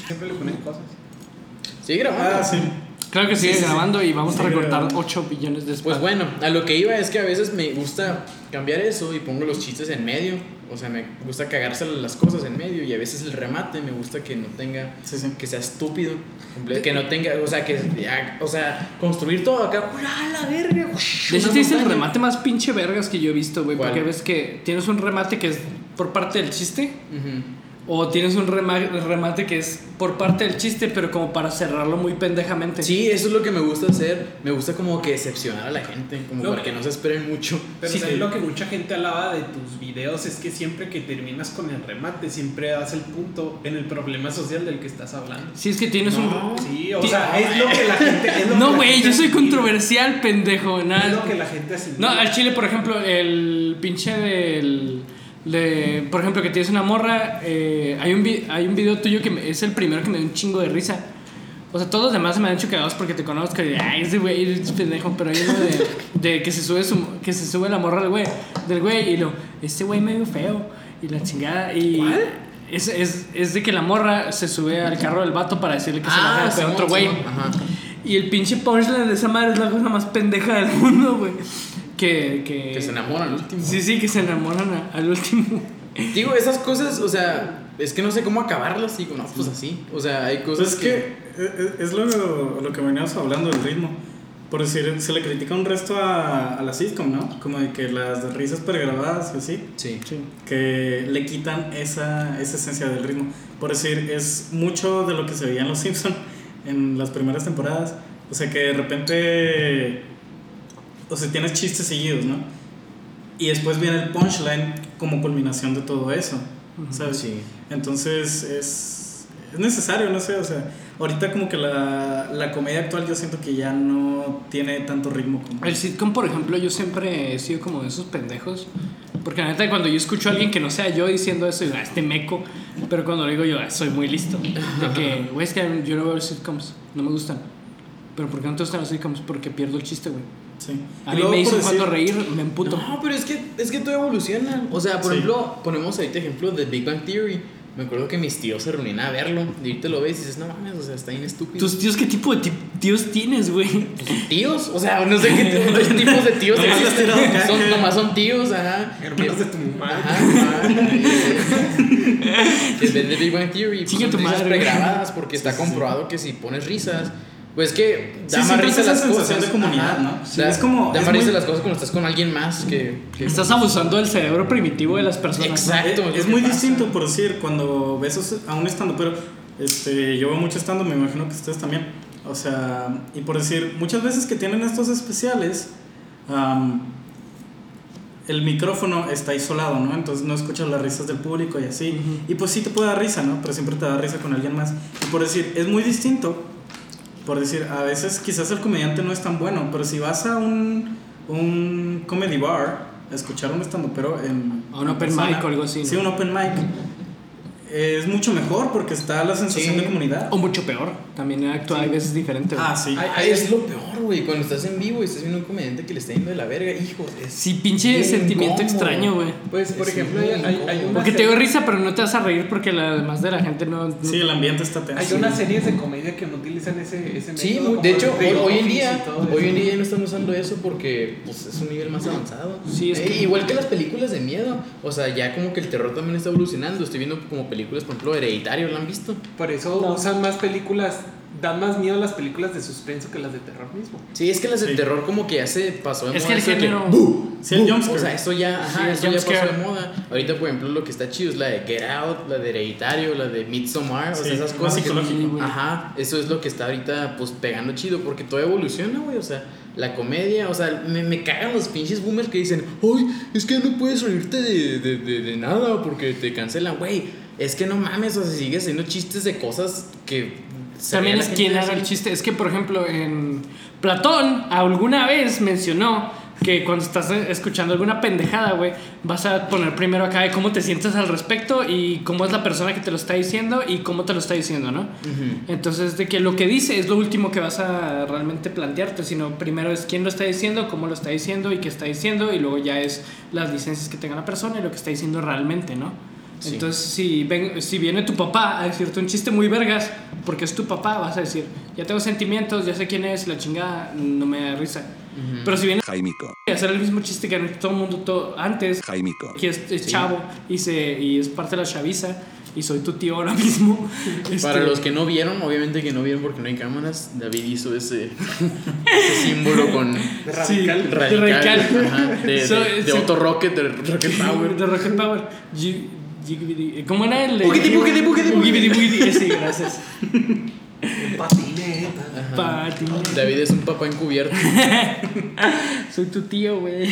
Speaker 4: Siempre le ponen cosas.
Speaker 3: Sí, grabando.
Speaker 1: Ah, sí.
Speaker 2: Claro que sigue
Speaker 1: Sí, sí, sí.
Speaker 2: grabando y vamos a
Speaker 1: Sigue
Speaker 2: recortar
Speaker 1: grabando.
Speaker 2: 8 billones de
Speaker 3: Pues
Speaker 2: espacio.
Speaker 3: bueno, a lo que iba es que a veces me gusta cambiar eso y pongo los chistes en medio. O sea, me gusta cagarse las cosas en medio y a veces el remate me gusta que no tenga
Speaker 1: Sí, sí.
Speaker 3: que sea estúpido, comple- que no tenga, o sea, que ya, o sea, construir todo acá, ¡ah, la verga!
Speaker 2: De hecho,
Speaker 3: Una
Speaker 2: tienes el
Speaker 3: montaña.
Speaker 2: remate más pinche vergas que yo he visto, güey.
Speaker 3: ¿Cuál?
Speaker 2: Porque ves que tienes un remate que es por parte del chiste.
Speaker 3: Ujú.
Speaker 2: O tienes un rema- remate que es por parte del chiste, pero como para cerrarlo muy pendejamente.
Speaker 3: Sí, eso es lo que me gusta hacer, me gusta como que decepcionar a la gente, como
Speaker 4: No.
Speaker 3: para que no se esperen mucho.
Speaker 4: Pero
Speaker 2: Sí,
Speaker 4: también
Speaker 2: sí.
Speaker 4: lo que mucha gente alaba de tus videos es que siempre que terminas con el remate, siempre das el punto en el problema social del que estás hablando.
Speaker 2: Si es que tienes
Speaker 3: No.
Speaker 4: Sí, o
Speaker 2: Sí.
Speaker 4: sea, es lo que la gente. es lo
Speaker 2: un.
Speaker 4: que
Speaker 2: No,
Speaker 4: la
Speaker 2: güey,
Speaker 4: gente
Speaker 2: yo soy
Speaker 4: asimila.
Speaker 2: controversial, pendejo. nada.
Speaker 4: Es lo que la gente hace.
Speaker 2: No, al chile, por ejemplo, el pinche del. de- por ejemplo, que tienes una morra. eh, hay, un vi- hay un video tuyo que me- es el primero que me dio un chingo de risa. O sea, todos los demás se me han hecho cagados porque te conozco. Y, Ay, ese güey es pendejo. Pero hay uno de, de que, se sube su- que se sube la morra del güey. Del güey y lo. Este güey medio feo. Y la chingada. Y. Es, es, es de que la morra se sube al carro del vato para decirle que
Speaker 3: Ah,
Speaker 2: se baja de
Speaker 3: Simón,
Speaker 2: otro güey.
Speaker 3: Simón, ajá.
Speaker 2: Y el pinche punchline de esa madre es la cosa más pendeja del mundo, güey. Que, que.
Speaker 3: Que se enamoran al último.
Speaker 2: Sí, sí, que se enamoran a- al último.
Speaker 3: Digo, esas cosas, o sea, Es que no sé cómo acabarlas, digo, no, pues así. O sea, hay
Speaker 1: Pues
Speaker 3: cosas
Speaker 1: es que eh, es lo, lo que veníamos hablando del ritmo. Por decir, se le critica un resto a, a la sitcom, ¿no? Como de que las risas pregrabadas y así,
Speaker 3: Sí.
Speaker 1: que le quitan esa, esa esencia del ritmo. Por decir, es mucho de lo que se veía en Los Simpson en las primeras temporadas. O sea, que de repente. O sea, tienes chistes seguidos, ¿no? Y después viene el punchline como culminación de todo eso, ¿sabes?
Speaker 3: Sí.
Speaker 1: Entonces es, es necesario, no sé, o sea, ahorita como que la, la comedia actual yo siento que ya no tiene tanto ritmo como...
Speaker 2: El sitcom, por ejemplo, yo siempre he sido como de esos pendejos. Porque la neta, cuando yo escucho a alguien que no sea yo diciendo eso, digo, "Ah, este meco. Pero cuando lo digo yo, "Ah, soy muy listo. De que, güey, es que yo no veo los sitcoms, no me gustan. Pero ¿por qué no te gustan los sitcoms? Porque pierdo el chiste, güey.
Speaker 1: Sí.
Speaker 2: A
Speaker 1: Y
Speaker 2: mí
Speaker 1: luego,
Speaker 2: me hizo
Speaker 1: por
Speaker 2: cuando
Speaker 1: decir-
Speaker 2: reír, me emputo.
Speaker 3: No, pero es que, es que todo evoluciona. O sea, por
Speaker 1: Sí.
Speaker 3: ejemplo, ponemos ahorita ejemplo de Big Bang Theory. Me acuerdo que mis tíos se reunían a verlo. Y ahorita lo ves y dices, no mames, o sea, está bien estúpido.
Speaker 2: ¿Tus tíos qué tipo de ti- tíos tienes, güey?
Speaker 3: tíos, o sea, no sé qué t- qué tipos de
Speaker 1: [LAUGHS]
Speaker 3: tíos
Speaker 1: Nomás has
Speaker 3: existen.
Speaker 1: tirado caca.
Speaker 3: Son, nomás son tíos, ajá.
Speaker 4: Hermanos de tu mamá.
Speaker 3: Ajá, ajá.
Speaker 1: [LAUGHS]
Speaker 3: eh, que ven de Big Bang Theory. pues,
Speaker 2: Chinga
Speaker 3: son
Speaker 2: tu
Speaker 3: risas
Speaker 2: madre.
Speaker 3: pregrabadas porque está comprobado que si pones risas, pues que
Speaker 1: Sí,
Speaker 3: da más
Speaker 1: sientes
Speaker 3: risa
Speaker 1: esa
Speaker 3: las
Speaker 1: sensación
Speaker 3: cosas.
Speaker 1: de comunidad,
Speaker 3: ajá.
Speaker 1: ¿no? Sí,
Speaker 3: Da-
Speaker 1: es como-
Speaker 3: Da
Speaker 1: es
Speaker 3: más risa
Speaker 1: muy-
Speaker 3: las cosas cuando estás con alguien más que. que-
Speaker 2: Estás abusando del cerebro primitivo de las personas.
Speaker 3: Exacto.
Speaker 1: Eh,
Speaker 3: lo
Speaker 1: es
Speaker 3: que
Speaker 1: muy
Speaker 3: pasa.
Speaker 1: distinto, por decir, cuando ves a- a un estando, pero este, yo veo mucho estando, me imagino que ustedes también. O sea, y por decir, muchas veces que tienen estos especiales, am, el micrófono está isolado, ¿no? Entonces no escuchas las risas del público y así. Y pues sí te puede dar risa, ¿no? Pero siempre te da risa con alguien más. Y por decir, es muy distinto por decir, a veces quizás el comediante no es tan bueno, pero si vas a un, un comedy bar a escuchar un stand pero en.
Speaker 2: A un
Speaker 1: en
Speaker 2: open mic o algo así, ¿no?
Speaker 1: Sí, un open mic. Es mucho mejor porque está la sensación
Speaker 3: Sí.
Speaker 1: de comunidad.
Speaker 2: O mucho peor. También actúa hay veces diferente, güey.
Speaker 1: Ah, sí.
Speaker 3: Ay, ay, es lo peor, güey. Cuando estás en vivo y estás viendo un comediante que le está yendo de la verga, hijo. Es
Speaker 2: Sí, pinche
Speaker 3: bien
Speaker 2: sentimiento
Speaker 3: incómodo.
Speaker 2: extraño, güey.
Speaker 4: Pues, por
Speaker 3: Es
Speaker 4: ejemplo,
Speaker 3: muy
Speaker 4: hay, hay- hay
Speaker 3: incómodo.
Speaker 4: una
Speaker 2: Porque te
Speaker 4: serie-
Speaker 2: dio risa, pero no te vas a reír porque la demás de la gente no. no-
Speaker 1: Sí, el ambiente está tenso.
Speaker 4: Hay unas series de comedia que no utilizan ese, ese
Speaker 3: Sí,
Speaker 4: método,
Speaker 3: de hecho,
Speaker 4: como
Speaker 3: hoy,
Speaker 4: el
Speaker 3: hoy en
Speaker 4: Office
Speaker 3: día,
Speaker 4: y todo eso.
Speaker 3: hoy en día ya no están usando eso porque pues, es un nivel más avanzado.
Speaker 2: Sí, es
Speaker 3: Eh,
Speaker 2: que-
Speaker 3: Igual que las películas de miedo. O sea, ya como que el terror también está evolucionando. Estoy viendo como películas, por ejemplo, Hereditario, ¿la han visto?
Speaker 4: Por eso usan más películas, dan más miedo las películas de suspenso que las de terror mismo.
Speaker 3: Sí, es que las de
Speaker 1: Sí.
Speaker 3: terror como que ya se pasó de
Speaker 2: Es que
Speaker 3: moda.
Speaker 2: el
Speaker 3: eso de
Speaker 2: género.
Speaker 1: Sí, el
Speaker 3: ¡Bum!
Speaker 1: jumpscare.
Speaker 3: O sea, eso ya, ajá,
Speaker 2: Sí, el
Speaker 3: eso ya pasó
Speaker 2: jumpscare.
Speaker 3: de moda. Ahorita, por ejemplo, lo que está chido es la de Get Out, la de Hereditario, la de Midsommar. o
Speaker 1: Sí,
Speaker 3: sea, esas
Speaker 1: más
Speaker 3: cosas. que-
Speaker 1: psicológico.
Speaker 2: Sí, güey.
Speaker 3: Ajá, eso es lo que está ahorita pues pegando chido, porque todo evoluciona, güey. O sea, la comedia, o sea, me, me cagan los pinches boomers que dicen, ¡ay! Es que no puedes reírte de, de, de- de nada porque te cancelan, güey. Es que no mames, o sea, sigues haciendo chistes de cosas que.
Speaker 2: También
Speaker 3: sabía la
Speaker 2: es
Speaker 3: gente
Speaker 2: quien
Speaker 3: de
Speaker 2: haga el
Speaker 3: hacer.
Speaker 2: chiste. Es que, por ejemplo, en Platón alguna vez mencionó que cuando estás eh, escuchando alguna pendejada, güey, vas a poner primero acá de cómo te sientes al respecto y cómo es la persona que te lo está diciendo y cómo te lo está diciendo, ¿no?
Speaker 3: Ujú.
Speaker 2: Entonces, de que lo que dice es lo último que vas a realmente plantearte, sino primero es quién lo está diciendo, cómo lo está diciendo y qué está diciendo, y luego ya es las licencias que tenga la persona y lo que está diciendo realmente, ¿no?
Speaker 3: Sí.
Speaker 2: Entonces, si, ven, si viene tu papá a decirte un chiste muy vergas, porque es tu papá, vas a decir, ya tengo sentimientos, ya sé quién es, la chingada, no me da risa. Pero si viene
Speaker 5: Jaimico,
Speaker 2: a hacer el mismo chiste que todo el mundo todo, antes,
Speaker 5: Jaimico,
Speaker 2: que es, es chavo y, se, y es parte de la chaviza, y soy tu tío ahora mismo. [LAUGHS]
Speaker 3: Para
Speaker 2: este,
Speaker 3: los que no vieron, obviamente que no vieron porque no hay cámaras, David hizo ese, ese símbolo con
Speaker 2: Sí,
Speaker 4: Radical.
Speaker 3: radical,
Speaker 2: radical.
Speaker 3: ajá, de,
Speaker 2: So,
Speaker 3: de- de
Speaker 2: so-
Speaker 3: Otto Rocket, de Rocket Power.
Speaker 2: De Rocket Power. Gi- Giggity- ¿Cómo era el de-
Speaker 3: Ugiti, ugiti, ugiti,
Speaker 2: Ugiti,
Speaker 3: ugiti.
Speaker 2: ugiti,
Speaker 3: [LAUGHS]
Speaker 2: ese, gracias.
Speaker 4: Patineta.
Speaker 3: Ajá.
Speaker 2: Patina.
Speaker 3: David es un papá encubierto
Speaker 2: Soy tu tío,
Speaker 3: [LAUGHS]
Speaker 2: güey.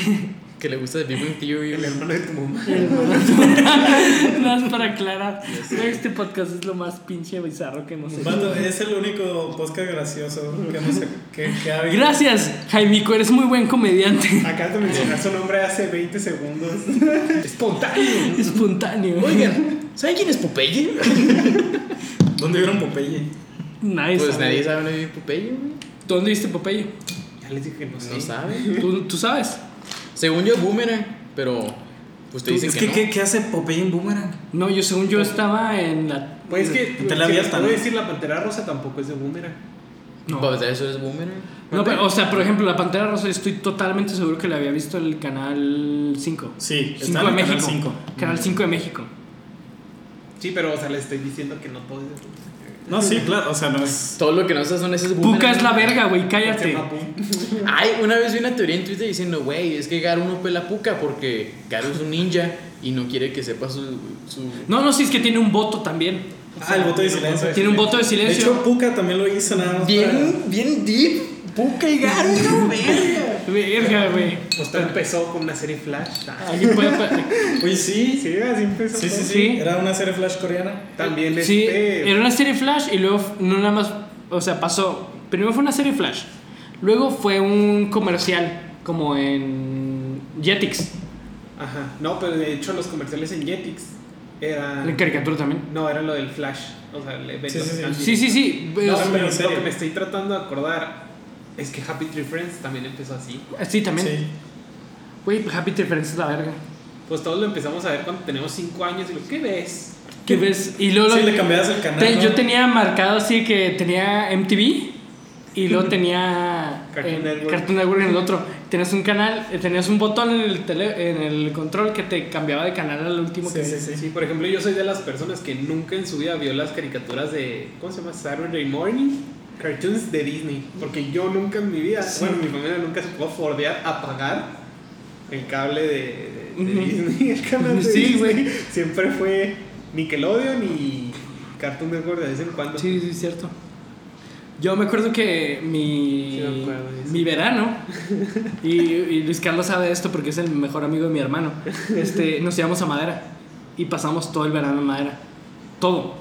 Speaker 3: que le gusta de Big Bang Theory.
Speaker 4: El hermano de tu mamá.
Speaker 2: Nada más para aclarar. Este podcast es lo más pinche bizarro que hemos hecho.
Speaker 1: Vato, es el único podcast gracioso que, hemos- que, que ha habido.
Speaker 2: Gracias, Jaimico. Eres muy buen
Speaker 3: [LAUGHS]
Speaker 2: comediante.
Speaker 4: Acabas de mencionar su nombre hace 20 segundos. Espontáneo.
Speaker 2: Espontáneo.
Speaker 3: Oigan, ¿saben quién es Popeye?
Speaker 1: ¿Dónde vieron Popeye?
Speaker 2: Nadie
Speaker 3: Pues
Speaker 2: sabe.
Speaker 3: nadie sabe dónde vive Popeye, güey.
Speaker 2: ¿Dónde viste Popeye?
Speaker 4: Ya les dije que no sé.
Speaker 3: No sabe.
Speaker 2: ¿Tú, tú sabes?
Speaker 3: Según yo, Boomerang, pero ustedes dicen
Speaker 1: es
Speaker 3: que,
Speaker 1: que,
Speaker 3: no.
Speaker 1: ¿qué, qué hace Popeye en Boomerang?
Speaker 2: No, yo según yo estaba en la.
Speaker 4: Pues es que.
Speaker 1: Te la
Speaker 4: si
Speaker 1: vi
Speaker 4: les
Speaker 1: hasta,
Speaker 4: puedo
Speaker 1: ¿no?
Speaker 4: decir la pantera rosa tampoco es de Boomerang.
Speaker 2: No.
Speaker 3: Pues, ¿Eso es Boomerang?
Speaker 2: No, pero, o sea, por ejemplo, la Pantera Rosa, yo estoy totalmente seguro que la había visto en el canal 5.
Speaker 1: Sí,
Speaker 2: 5
Speaker 1: está en
Speaker 2: de
Speaker 1: el
Speaker 2: México.
Speaker 1: canal 5.
Speaker 2: Canal 5 de México.
Speaker 4: Sí, pero, o sea, le estoy diciendo que no todo es de puta.
Speaker 1: No, sí, claro, o sea, no es.
Speaker 3: Todo lo que no sé son esos
Speaker 2: Puka es la verga, güey,
Speaker 4: Se
Speaker 2: cállate.
Speaker 4: llama pum.
Speaker 3: Ay, una vez vi una teoría en Twitter diciendo, güey, es que Garu no pela puca porque Garu es un ninja y no quiere que sepa su. su...
Speaker 2: No, no, sí, es que tiene un voto también.
Speaker 1: Ah, el voto de silencio.
Speaker 2: Tiene un voto de
Speaker 1: De hecho,
Speaker 2: silencio.
Speaker 1: Puka también lo hizo nada más. para-
Speaker 3: bien deep. Puca y Garu, no, verga.
Speaker 2: Verga, güey.
Speaker 4: Pues todo empezó con una serie Flash. Ah,
Speaker 2: Alguien puede pa-
Speaker 1: Uy, sí.
Speaker 4: Sí, así empezó.
Speaker 1: Sí, sí, sí,
Speaker 2: Sí.
Speaker 1: Era una serie Flash coreana.
Speaker 4: También
Speaker 2: Sí,
Speaker 4: este.
Speaker 2: era una serie Flash y luego no nada más, o sea, pasó. Primero fue una serie Flash, luego fue un comercial como en Jetix,
Speaker 4: Ajá. No, pero de hecho, los comerciales en Jetix eran.
Speaker 2: en caricatura también.
Speaker 4: No, era lo del Flash. O sea, le ven
Speaker 1: Sí,
Speaker 4: los
Speaker 1: sí, sí.
Speaker 4: cambios.
Speaker 2: Sí, sí, sí.
Speaker 4: No,
Speaker 2: es-
Speaker 1: pero
Speaker 4: pero
Speaker 1: en serio.
Speaker 4: lo que me estoy tratando de acordar es que Happy Tree Friends también empezó así.
Speaker 2: sí, también.
Speaker 1: Sí.
Speaker 2: Güey, Happy Tree Friends es la verga.
Speaker 4: Pues todos lo empezamos a ver cuando tenemos 5 años y lo ¿qué ves?
Speaker 2: ¿Qué ves? Y luego
Speaker 1: Sí,
Speaker 2: lo-
Speaker 1: le cambiabas el canal.
Speaker 2: te-
Speaker 1: ¿no?
Speaker 2: yo tenía marcado así que tenía MTV y
Speaker 1: [LAUGHS]
Speaker 2: luego tenía
Speaker 4: Cartoon
Speaker 2: eh,
Speaker 4: Network.
Speaker 2: Cartoon Network en el otro. Tenías un canal, eh, tenías un botón en el tele- en el control que te cambiaba de canal al último que
Speaker 1: Sí, sí,
Speaker 2: veías.
Speaker 1: sí.
Speaker 4: Sí, por ejemplo, yo soy de las personas que nunca en su vida vio las caricaturas de. ¿Cómo se llama? Saturday Morning. Cartoons de Disney. Porque yo nunca en mi vida, bueno, mi familia nunca se pudo fordear a pagar el cable de, de- de
Speaker 2: Ujú.
Speaker 4: Disney. [LAUGHS] El canal de
Speaker 2: Sí,
Speaker 4: Disney.
Speaker 2: güey.
Speaker 4: Siempre fue Nickelodeon y Cartoon Network de vez en cuando.
Speaker 2: Sí, sí, es cierto. Yo me acuerdo que mi,
Speaker 4: Sí, me acuerdo de eso.
Speaker 2: mi verano, y, y Luis Carlos sabe esto porque es el mejor amigo de mi hermano, este, nos íbamos a madera y pasamos todo el verano en madera. Todo.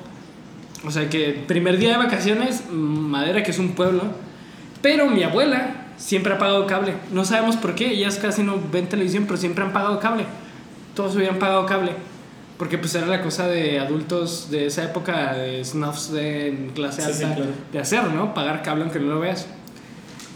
Speaker 2: O sea que primer día de vacaciones, mm, madera que es un pueblo, pero mi abuela siempre ha pagado cable. No sabemos por qué, ellas casi no ven televisión, pero siempre han pagado cable. Todos hubieran pagado cable. Porque pues era la cosa de adultos de esa época, de snuffs de en clase
Speaker 1: Sí,
Speaker 2: alta,
Speaker 1: sí, claro.
Speaker 2: de hacer, ¿no? Pagar cable aunque no lo veas.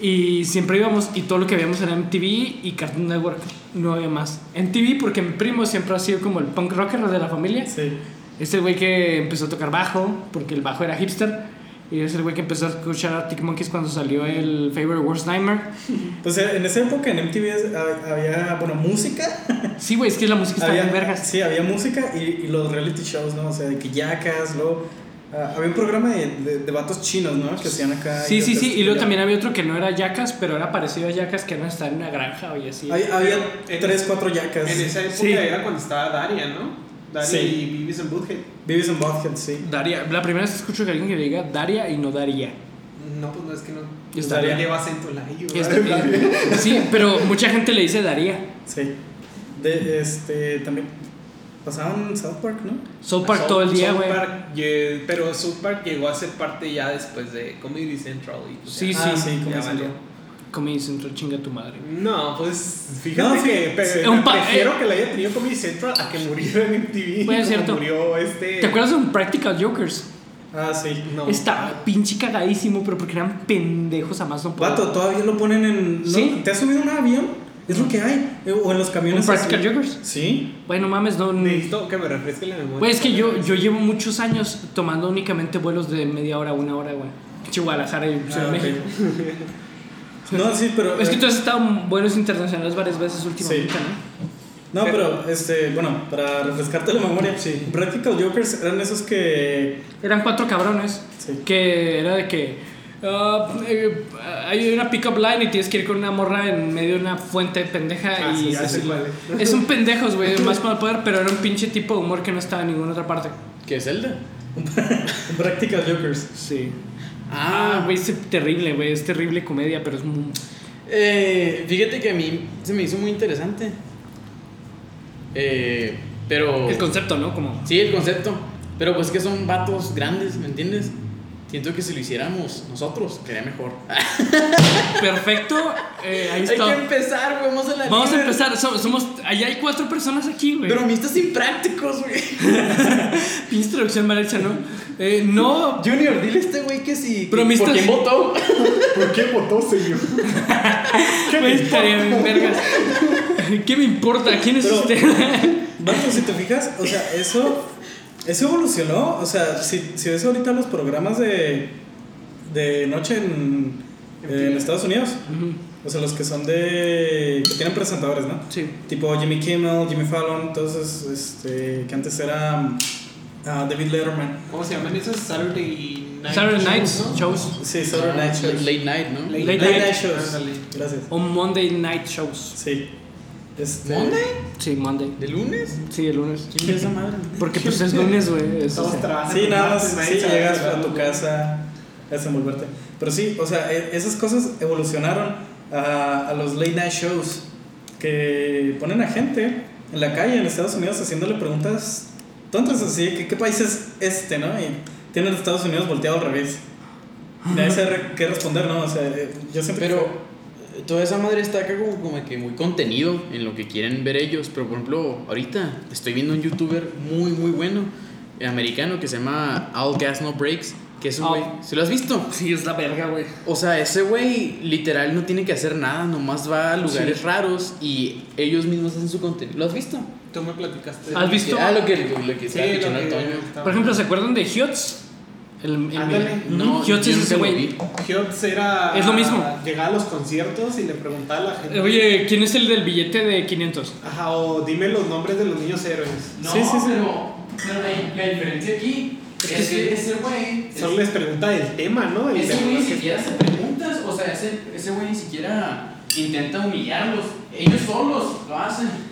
Speaker 2: Y siempre íbamos, y todo lo que veíamos era MTV y Cartoon Network, no había más. MTV porque mi primo siempre ha sido como el punk rocker de la familia.
Speaker 1: Sí.
Speaker 2: Este güey que empezó a tocar bajo, porque el bajo era hipster. Y es el güey que empezó a escuchar Arctic Monkeys cuando salió el Favorite Worst Nightmare.
Speaker 1: Pues eh, en esa época en MTV es- hab- había, bueno, música.
Speaker 2: Sí, güey, es que la música está
Speaker 1: había,
Speaker 2: bien vergas.
Speaker 1: Sí, había música y, y los reality shows, ¿no? O sea, de que yacas, luego. ah, había un programa de, de, de vatos chinos, ¿no? Que hacían acá.
Speaker 2: Sí, sí,
Speaker 1: idiotas.
Speaker 2: sí. Y luego también había otro que no era Yacas, pero era parecido a Yacas, que no está en una granja y así.
Speaker 1: Hay- había
Speaker 4: Pero en-
Speaker 1: tres, cuatro yacas.
Speaker 4: En esa época
Speaker 2: Sí.
Speaker 4: era cuando estaba Daria, ¿no? Daria
Speaker 1: Sí.
Speaker 4: y Beavis and Butthead.
Speaker 1: Vives en Butthead, sí.
Speaker 2: Daria, la primera vez que escucho que alguien que diga Daria y no Daria.
Speaker 4: No, pues no es que no.
Speaker 2: Y está
Speaker 4: Daria
Speaker 1: bien.
Speaker 4: lleva acento la I,
Speaker 2: Está bien. Este, eh, Sí, pero mucha gente le dice Daria.
Speaker 1: Sí. De, este, también. Pasaban South Park, ¿no?
Speaker 2: South Park todo el día,
Speaker 4: South
Speaker 2: güey.
Speaker 4: Park, ye- pero South Park llegó a ser parte ya después de Comedy Central. Y pues
Speaker 2: Sí,
Speaker 4: ya-
Speaker 1: ah,
Speaker 2: sí.
Speaker 1: sí, como
Speaker 4: ya
Speaker 1: se
Speaker 4: valió.
Speaker 1: llama.
Speaker 2: Comedy Central, chinga tu madre.
Speaker 4: No, pues fíjate
Speaker 1: No, sí,
Speaker 4: que pe-
Speaker 1: sí.
Speaker 4: me
Speaker 2: Un pa-
Speaker 4: prefiero
Speaker 2: eh.
Speaker 4: que la haya tenido Comedy Central a que muriera en MTV.
Speaker 2: Puede
Speaker 4: [LAUGHS] como
Speaker 2: ser, tú.
Speaker 4: Murió este.
Speaker 2: ¿Te acuerdas de un Practical Jokers?
Speaker 1: Ah, sí.
Speaker 4: No.
Speaker 2: Estaba pinche cagadísimo, pero porque eran pendejos a más no poder.
Speaker 1: Vato, todavía lo ponen en. ¿no?
Speaker 2: Sí.
Speaker 1: ¿Te has subido a un avión? Es lo que hay. Eh, O en los
Speaker 2: ¿Un
Speaker 1: camiones.
Speaker 2: Practical
Speaker 1: así.
Speaker 2: Jokers?
Speaker 1: Sí.
Speaker 2: Bueno, mames, no.
Speaker 4: Necesito que me refresque la memoria.
Speaker 2: Güey, es que yo, yo llevo muchos años tomando únicamente vuelos de media hora a una hora, güey. Pinche Guadalajara y Ciudad
Speaker 1: Ah,
Speaker 2: de
Speaker 1: ok.
Speaker 2: Pues México.
Speaker 1: [LAUGHS] No, sí, pero.
Speaker 2: Es que
Speaker 1: eh,
Speaker 2: tú has estado en vuelos internacionales varias veces últimamente,
Speaker 1: Sí.
Speaker 2: ¿no?
Speaker 1: No,
Speaker 2: eh,
Speaker 1: pero, este, bueno, para refrescarte la memoria, sí. Practical Jokers eran esos que.
Speaker 2: Eran cuatro cabrones.
Speaker 1: Sí.
Speaker 2: Que era de que. ah, eh, hay una pickup line y tienes que ir con una morra en medio de una fuente pendeja
Speaker 4: Ah,
Speaker 2: y
Speaker 4: sí, ya sé
Speaker 2: así.
Speaker 4: cuál
Speaker 2: Es un pendejos, güey, más para poder, pero era un pinche tipo de humor que no estaba en ninguna otra parte.
Speaker 3: [LAUGHS] ¿Qué es Zelda?
Speaker 1: Practical Jokers.
Speaker 2: Sí. Ah, güey, es terrible, güey, es terrible comedia, pero es muy...
Speaker 3: Eh, fíjate que a mí se me hizo muy interesante. Eh, pero.
Speaker 2: El concepto, ¿no? Como...
Speaker 3: Sí, el concepto. Pero pues que son vatos grandes, ¿me entiendes? Siento que si lo hiciéramos nosotros, sería mejor.
Speaker 2: Perfecto, eh, ahí está.
Speaker 3: Hay que empezar, güey. Vamos a la
Speaker 2: Vamos a
Speaker 3: libre.
Speaker 2: empezar, so- somos... Allá hay cuatro personas aquí, güey.
Speaker 3: Pero a mí estás imprácticos, güey.
Speaker 2: Pinche introducción mal hecha, ¿no? Eh, no...
Speaker 3: Junior, dile a este güey que si.
Speaker 2: Pero me
Speaker 3: ¿Por
Speaker 2: estás-
Speaker 3: quién votó?
Speaker 4: [LAUGHS] ¿Por qué votó, señor?
Speaker 2: Güey, estaría bien, vergas. ¿Qué me importa? ¿Quién es
Speaker 1: Pero-
Speaker 2: usted?
Speaker 1: Vato, pues, si te fijas, o sea, eso. Eso evolucionó. O sea, si, si ves ahorita los programas de. de noche en. en Estados Unidos. O sea, los que son de. que tienen presentadores, ¿no?
Speaker 2: sí.
Speaker 1: Tipo Jimmy Kimmel, Jimmy Fallon, todos esos, este, que antes eran Ah, David Letterman.
Speaker 4: ¿Cómo se llaman esos? Saturday Night
Speaker 2: Saturday
Speaker 4: Shows,
Speaker 2: Nights
Speaker 4: ¿no?
Speaker 2: Shows
Speaker 1: Sí, Saturday Night Shows.
Speaker 3: Late night, ¿no?
Speaker 4: Late
Speaker 1: Late
Speaker 2: Night.
Speaker 1: Night Shows.
Speaker 4: Ándale.
Speaker 1: Gracias.
Speaker 2: o Monday Night Shows.
Speaker 1: Sí. Este...
Speaker 3: ¿Monday?
Speaker 2: Sí, Monday.
Speaker 3: ¿De lunes?
Speaker 2: Sí, el lunes.
Speaker 1: ¿Quién es esa madre?
Speaker 2: Porque pues es lunes, güey. es, o
Speaker 4: Todos
Speaker 2: sea,
Speaker 4: trabajan
Speaker 1: Sí,
Speaker 4: con pues,
Speaker 1: nada más,
Speaker 4: martes,
Speaker 1: sí,
Speaker 4: martes,
Speaker 1: llegas
Speaker 4: ¿verdad?
Speaker 1: a tu casa a desenvolverte. Pero sí, o sea, e- esas cosas evolucionaron a, a los late night shows que ponen a gente en la calle en Estados Unidos haciéndole preguntas tontas así, de que ¿qué país es este, no? Y tienen a Estados Unidos volteado al revés. Y Nadie sabe re- qué responder, ¿no? O sea, eh, yo siempre...
Speaker 3: Pero eh, toda esa madre está acá como, como que muy contenido en lo que quieren ver ellos. Pero por ejemplo, ahorita estoy viendo un youtuber muy, muy bueno, eh, americano, que se llama All Gas No Breaks. Que es un
Speaker 2: Ah.
Speaker 3: güey. ¿Se lo has visto?
Speaker 2: Sí, es la verga, güey.
Speaker 3: O sea, ese güey literal no tiene que hacer nada, nomás va a lugares
Speaker 2: Sí.
Speaker 3: raros y ellos mismos hacen su contenido. ¿Lo has visto?
Speaker 4: Tú me platicaste.
Speaker 2: ¿Has visto?
Speaker 3: Ah, lo que, lo que
Speaker 4: Sí,
Speaker 3: estaba
Speaker 4: lo
Speaker 3: escuchando
Speaker 4: que-
Speaker 3: Antonio.
Speaker 4: estaba-
Speaker 2: Por ejemplo, ¿se acuerdan de Hiots? El,
Speaker 4: Ándale.
Speaker 2: No,
Speaker 3: yo
Speaker 2: Hiots es ese
Speaker 3: nunca lo
Speaker 2: güey.
Speaker 3: vi.
Speaker 4: Hiots era.
Speaker 2: Es lo mismo.
Speaker 4: Llegaba a los conciertos y le preguntaba a la gente.
Speaker 2: Oye, ¿quién es el del billete de 500?
Speaker 4: Ajá, o dime los nombres de los niños héroes.
Speaker 5: No,
Speaker 1: Sí, sí, sí.
Speaker 5: pero, pero la, la diferencia aquí
Speaker 2: Es
Speaker 5: es,
Speaker 2: que sí.
Speaker 5: que ese güey. es-
Speaker 4: Solo les pregunta el tema, ¿no? Y
Speaker 5: Ese
Speaker 4: le-
Speaker 5: güey ni
Speaker 4: que-
Speaker 5: siquiera se preguntas, o sea, ese ese güey ni siquiera intenta humillarlos. Ellos solos lo hacen.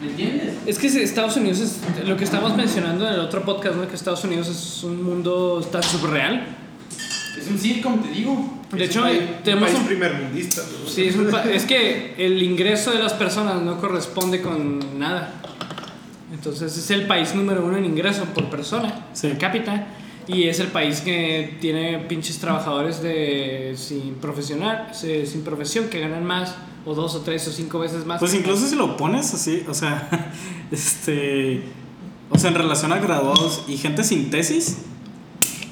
Speaker 5: ¿Me entiendes?
Speaker 2: Es que Estados Unidos es lo que estábamos mencionando en el otro podcast, ¿no? Que Estados Unidos es un mundo está subreal.
Speaker 5: Es un sitcom, te digo.
Speaker 2: De
Speaker 4: es
Speaker 2: hecho, eh,
Speaker 4: un país-
Speaker 2: tenemos
Speaker 4: un país
Speaker 2: un-
Speaker 4: primermundista, ¿no?
Speaker 2: Sí, es, un pa- es que el ingreso de las personas no corresponde con nada. Entonces es el país número uno en ingreso por persona, per cápita. Y es el país que tiene pinches trabajadores de sin profesional, se- sin profesión, que ganan más, o dos o tres o cinco veces más.
Speaker 1: Pues incluso si lo pones así, o sea, [LAUGHS] este. O sea, en relación a graduados y gente sin tesis,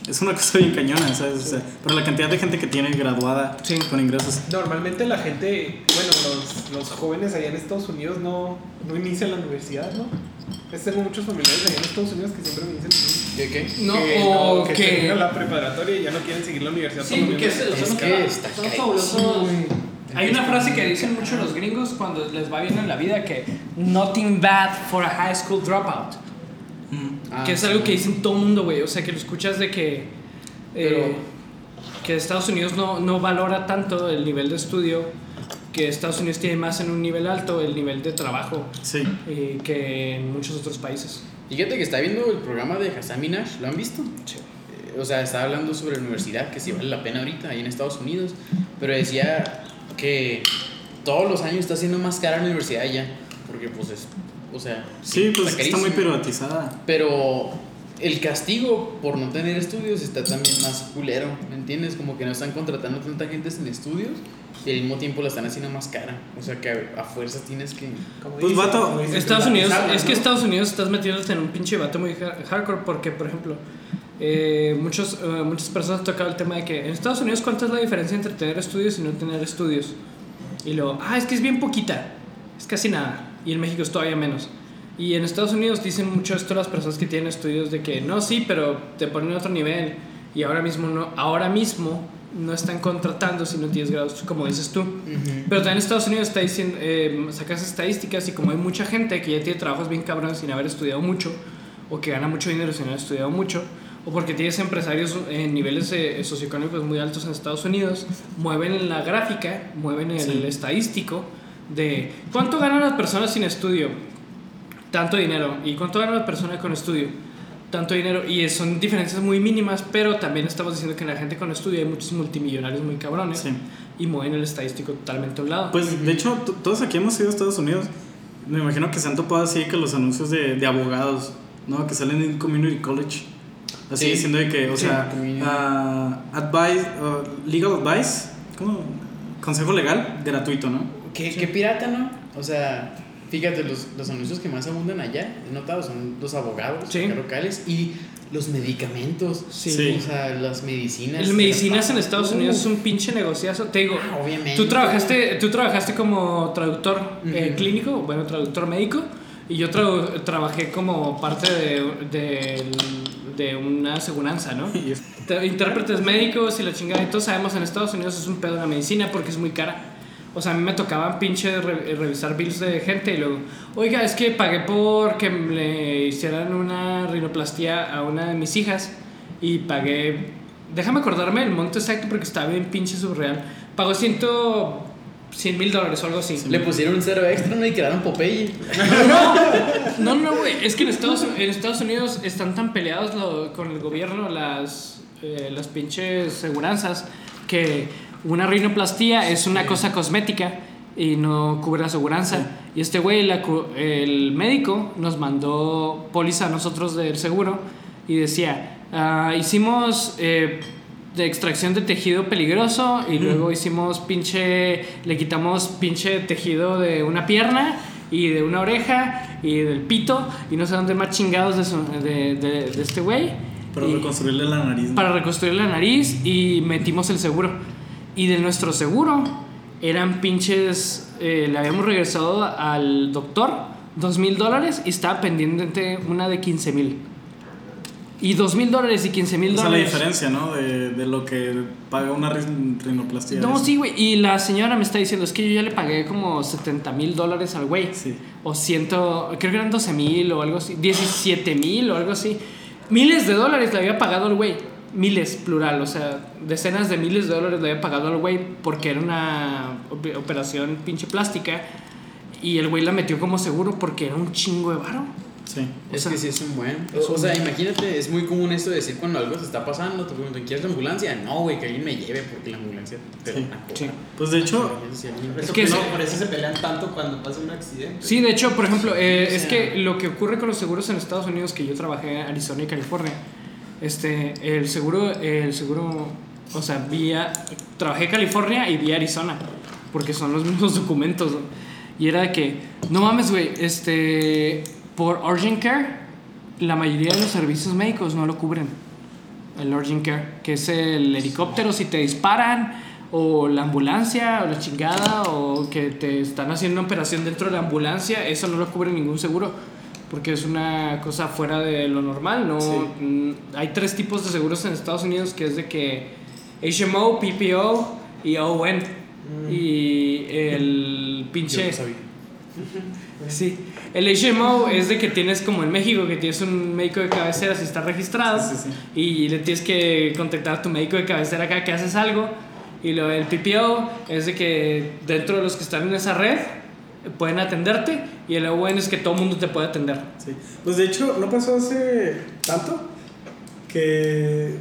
Speaker 1: es una [LAUGHS] cosa bien cañona, ¿sabes? O sea, pero la cantidad de gente que tiene graduada
Speaker 2: Sí.
Speaker 1: con ingresos.
Speaker 4: [LAUGHS] Normalmente la gente, bueno, los, los jóvenes allá en Estados Unidos no, no inician la universidad, ¿no? Es tengo muchos familiares allá en Estados Unidos que siempre me dicen lo
Speaker 3: ¿Qué, qué?
Speaker 2: No,
Speaker 4: mismo.
Speaker 2: o
Speaker 4: que, que
Speaker 2: que...
Speaker 4: terminan la preparatoria y ya no quieren seguir la universidad. por lo
Speaker 5: Sí, que
Speaker 4: mismo.
Speaker 5: se los
Speaker 3: Es
Speaker 5: son
Speaker 3: que está
Speaker 5: son
Speaker 3: caído,
Speaker 5: fabulosos.
Speaker 2: Hay una frase que dicen mucho los gringos cuando les va bien en la vida que nothing bad for a high school dropout.
Speaker 3: Ah,
Speaker 2: que es
Speaker 3: sí.
Speaker 2: algo que dicen todo el mundo, güey. O sea, que lo escuchas de que. eh,
Speaker 3: Pero-
Speaker 2: que Estados Unidos no, no valora tanto el nivel de estudio. Que Estados Unidos tiene más en un nivel alto el nivel de trabajo
Speaker 1: Sí.
Speaker 2: eh, que en muchos otros países.
Speaker 3: Fíjate que está viendo el programa de Hassan Minaj, ¿lo han visto? Eh, O sea, estaba hablando sobre la universidad, que si vale la pena ahorita ahí en Estados Unidos, pero decía que todos los años está siendo más cara la universidad allá, porque pues es, o sea,
Speaker 1: Sí, pues
Speaker 3: está
Speaker 1: está muy
Speaker 3: carísimo.
Speaker 1: privatizada.
Speaker 3: pero el castigo por no tener estudios está también más culero, ¿me entiendes? Como que no están contratando tanta gente sin estudios y al mismo tiempo la están haciendo más cara, o sea que a, a fuerzas tienes que...
Speaker 4: Como
Speaker 1: Pues,
Speaker 4: dicen,
Speaker 1: vato,
Speaker 4: como dicen,
Speaker 2: Estados Unidos,
Speaker 4: privatizarla,
Speaker 2: es que
Speaker 4: ¿no?
Speaker 2: Estados Unidos estás metiéndote en un pinche debate muy har- hardcore porque, por ejemplo, eh, muchos, eh, muchas personas han tocado el tema de que en Estados Unidos cuánta es la diferencia entre tener estudios y no tener estudios. Y luego, ah, es que es bien poquita, es casi nada. Y en México es todavía menos. Y en Estados Unidos dicen mucho esto las personas que tienen estudios de que no, sí, pero te ponen a otro nivel y ahora mismo no, ahora mismo no están contratando si no tienes grados, como dices tú. Pero también Estados Unidos está diciendo, eh, sacas estadísticas y como hay mucha gente que ya tiene trabajos bien cabrones sin haber estudiado mucho, o que gana mucho dinero sin haber estudiado mucho, o porque tienes empresarios en niveles eh, socioeconómicos muy altos en Estados Unidos, mueven la gráfica, mueven el
Speaker 1: Sí.
Speaker 2: estadístico de cuánto ganan las personas sin estudio, tanto dinero, y cuánto ganan las personas con estudio. Tanto dinero, y es- son diferencias muy mínimas, pero también estamos diciendo que en la gente con estudio hay muchos multimillonarios muy cabrones
Speaker 1: Sí.
Speaker 2: y mueven el estadístico totalmente a un lado.
Speaker 1: Pues de hecho, t- todos aquí hemos ido a Estados Unidos. Me imagino que se han topado así que los anuncios de, de abogados, ¿no? Que salen en Community College. Así
Speaker 3: Sí.
Speaker 1: diciendo de que, o
Speaker 3: Sí.
Speaker 1: sea,
Speaker 3: Community.
Speaker 1: ah, advice, ah, legal advice, ¿cómo? Consejo legal gratuito, ¿no?
Speaker 3: ¿Qué, qué pirata, ¿no? O sea, fíjate, los, los anuncios que más abundan allá, he notado, son los abogados
Speaker 2: Sí.
Speaker 3: acá locales y los medicamentos.
Speaker 2: Sí.
Speaker 1: Sí.
Speaker 3: O sea, las medicinas.
Speaker 2: Las medicinas
Speaker 3: Las-
Speaker 2: en Estados
Speaker 3: Uh,
Speaker 2: Unidos es un pinche negociazo. Te digo,
Speaker 3: ah, obviamente.
Speaker 2: tú trabajaste, tú trabajaste como traductor eh,
Speaker 3: Ujú.
Speaker 2: clínico, bueno, traductor médico, y yo trau- trabajé como parte de, del- de una aseguranza, ¿no?
Speaker 1: Y es-
Speaker 2: Te- intérpretes médicos y la chingada. Y todos sabemos en Estados Unidos es un pedo la medicina porque es muy cara. O sea, a mí me tocaban pinche re- revisar bills de gente y luego, oiga, es que pagué por que le hicieran una rinoplastía a una de mis hijas y pagué, déjame acordarme el monto exacto porque estaba bien pinche surreal. Pagó ciento, cien mil dólares o algo así.
Speaker 3: Le pusieron un cero extra ¿no? y crearon Popeye.
Speaker 2: No, no, güey. Es que en Estados, en Estados Unidos están tan peleados lo- con el gobierno las, eh, las pinches seguranzas que una rinoplastía es una cosa cosmética y no cubre la seguranza. Y este güey, la cu- el médico, nos mandó póliza a nosotros del seguro y decía: "Ah, Hicimos. eh, de extracción de tejido peligroso y luego hicimos pinche, le quitamos pinche tejido de una pierna y de una oreja y del pito y no sé dónde más chingados de, su- de, de- de este güey
Speaker 1: Para
Speaker 2: Y-
Speaker 1: reconstruirle la nariz. ¿no?
Speaker 2: para reconstruir la nariz y metimos el seguro. Y de nuestro seguro eran pinches, eh, le habíamos regresado al doctor dos mil dólares y estaba pendiente una de 15 mil. Y dos mil dólares y 15 mil
Speaker 1: O sea, la
Speaker 2: dólares.
Speaker 1: diferencia, ¿no? De, de lo que paga una rin- rinoplastia.
Speaker 2: No,
Speaker 1: Es-
Speaker 2: sí, güey. Y la señora me está diciendo, es que yo ya le pagué como 70 mil dólares al güey.
Speaker 1: Sí.
Speaker 2: O ciento, creo que eran 12 mil o algo así. 17 mil o algo así. Miles de dólares le había pagado al güey. Miles, plural. O sea, decenas de miles de dólares le había pagado al güey porque era una op- operación pinche plástica. Y el güey la metió como seguro porque era un chingo de varo.
Speaker 1: Sí.
Speaker 3: Es
Speaker 2: sea,
Speaker 3: que sí es un buen.
Speaker 2: es
Speaker 3: O,
Speaker 2: un
Speaker 3: sea,
Speaker 2: buen.
Speaker 3: imagínate, es muy común esto de decir cuando algo se está pasando, te preguntan, ¿quieres la ambulancia? No, güey, que alguien me lleve porque la ambulancia te
Speaker 1: Sí,
Speaker 3: la
Speaker 2: sí.
Speaker 1: Pues de hecho,
Speaker 3: hecho,
Speaker 4: Por
Speaker 2: Es
Speaker 4: eso
Speaker 2: que
Speaker 4: que
Speaker 2: se-
Speaker 4: no, por eso se pelean tanto cuando pasa un accidente.
Speaker 2: Sí, de hecho, por ejemplo, eh,
Speaker 3: O sea-
Speaker 2: es que lo que ocurre con los seguros en Estados Unidos, que yo trabajé en Arizona y California, este, el seguro, el seguro, o sea, vía, trabajé en California y vía Arizona, porque son los [LAUGHS] mismos documentos, ¿no? y era de que, no mames, güey, este, por urgent care, la mayoría de los servicios médicos no lo cubren, el urgent care, que es el helicóptero si te disparan, o la ambulancia, o la chingada, o que te están haciendo una operación dentro de la ambulancia, eso no lo cubre ningún seguro, porque es una cosa fuera de lo normal, ¿no?
Speaker 1: Sí.
Speaker 2: Mm, Hay tres tipos de seguros en Estados Unidos, que es de que HMO, PPO y ON. Y el pinche... Pues Sí. El HMO es de que tienes como en México, que tienes un médico de cabecera si está registrado
Speaker 1: Sí, sí,
Speaker 2: y le tienes que contactar a tu médico de cabecera acá que haces algo. Y lo del PPO es de que dentro de los que están en esa red eh, pueden atenderte y el ON es que todo el mundo te puede atender.
Speaker 1: sí. Pues de hecho, no pasó hace tanto que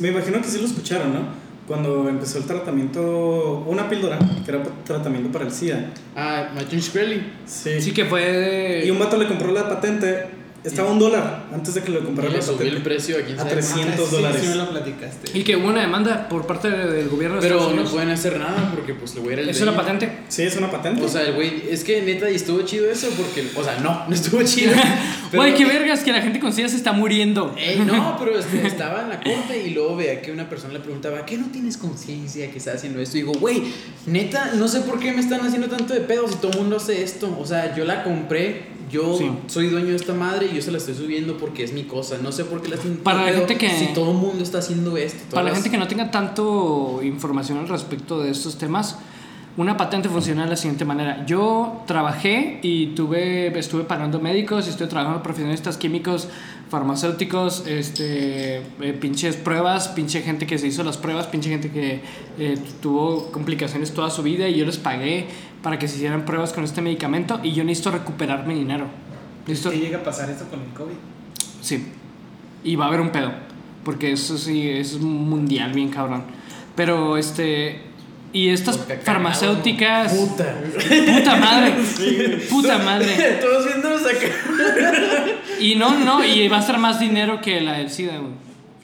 Speaker 1: me imagino que sí lo escucharon, ¿no? Cuando empezó el tratamiento, una píldora que era pa- tratamiento para el SIDA.
Speaker 3: Ah, Martin Shkreli.
Speaker 1: Sí.
Speaker 2: Así que
Speaker 1: Y un
Speaker 2: fue...
Speaker 1: vato le compró la patente, estaba a un dólar antes de que le comprara
Speaker 3: Le
Speaker 1: la
Speaker 3: subió el
Speaker 1: patente.
Speaker 3: precio a quién
Speaker 1: A
Speaker 3: sabe.
Speaker 1: 300 dólares.
Speaker 4: Sí, sí me lo platicaste.
Speaker 2: Y que hubo una demanda por parte del gobierno de Estados
Speaker 3: Pero no
Speaker 2: Unidos.
Speaker 3: pueden hacer nada porque pues le voy a ir el
Speaker 2: ¿Es una
Speaker 3: dueño.
Speaker 2: patente?
Speaker 1: Sí, es una patente.
Speaker 3: O sea, el güey, es que neta y estuvo chido eso porque, o sea, no, no estuvo
Speaker 2: [LAUGHS]
Speaker 3: chido. pero-
Speaker 2: Güey, qué vergas, que la gente con SIDA se está muriendo.
Speaker 3: Ey, no, pero este, estaba en la corte y luego veía que una persona le preguntaba, ¿qué no tienes conciencia que estás haciendo esto? Y digo, güey, neta, no sé por qué me están haciendo tanto de pedo si todo el mundo hace esto. O sea, yo la compré, yo
Speaker 2: Sí.
Speaker 3: soy dueño de esta madre y yo se la estoy subiendo porque es mi cosa. No sé por qué la hacen
Speaker 2: Para
Speaker 3: tanto
Speaker 2: la
Speaker 3: pedo
Speaker 2: gente que-
Speaker 3: Si todo el mundo está haciendo esto.
Speaker 2: Para la gente que no tenga tanto información al respecto de estos temas, una patente funciona de la siguiente manera. Yo trabajé y tuve, estuve pagando médicos, estoy trabajando con profesionistas químicos, farmacéuticos, este, eh, pinches pruebas, pinche gente que se hizo las pruebas, pinche gente que eh, tuvo complicaciones toda su vida y yo les pagué para que se hicieran pruebas con este medicamento y yo necesito recuperar mi dinero. Necesito-
Speaker 4: ¿Qué llega a pasar esto con el COVID?
Speaker 2: Sí. Y va a haber un pedo. Porque eso sí, eso es mundial, bien cabrón. Pero este. Y estas
Speaker 3: Porque cagados,
Speaker 2: farmacéuticas. Puta. Puta madre.
Speaker 3: [LAUGHS]
Speaker 2: Puta madre.
Speaker 3: Todos viéndonos acá.
Speaker 2: Y no, no, y va a ser más dinero que la del SIDA, güey.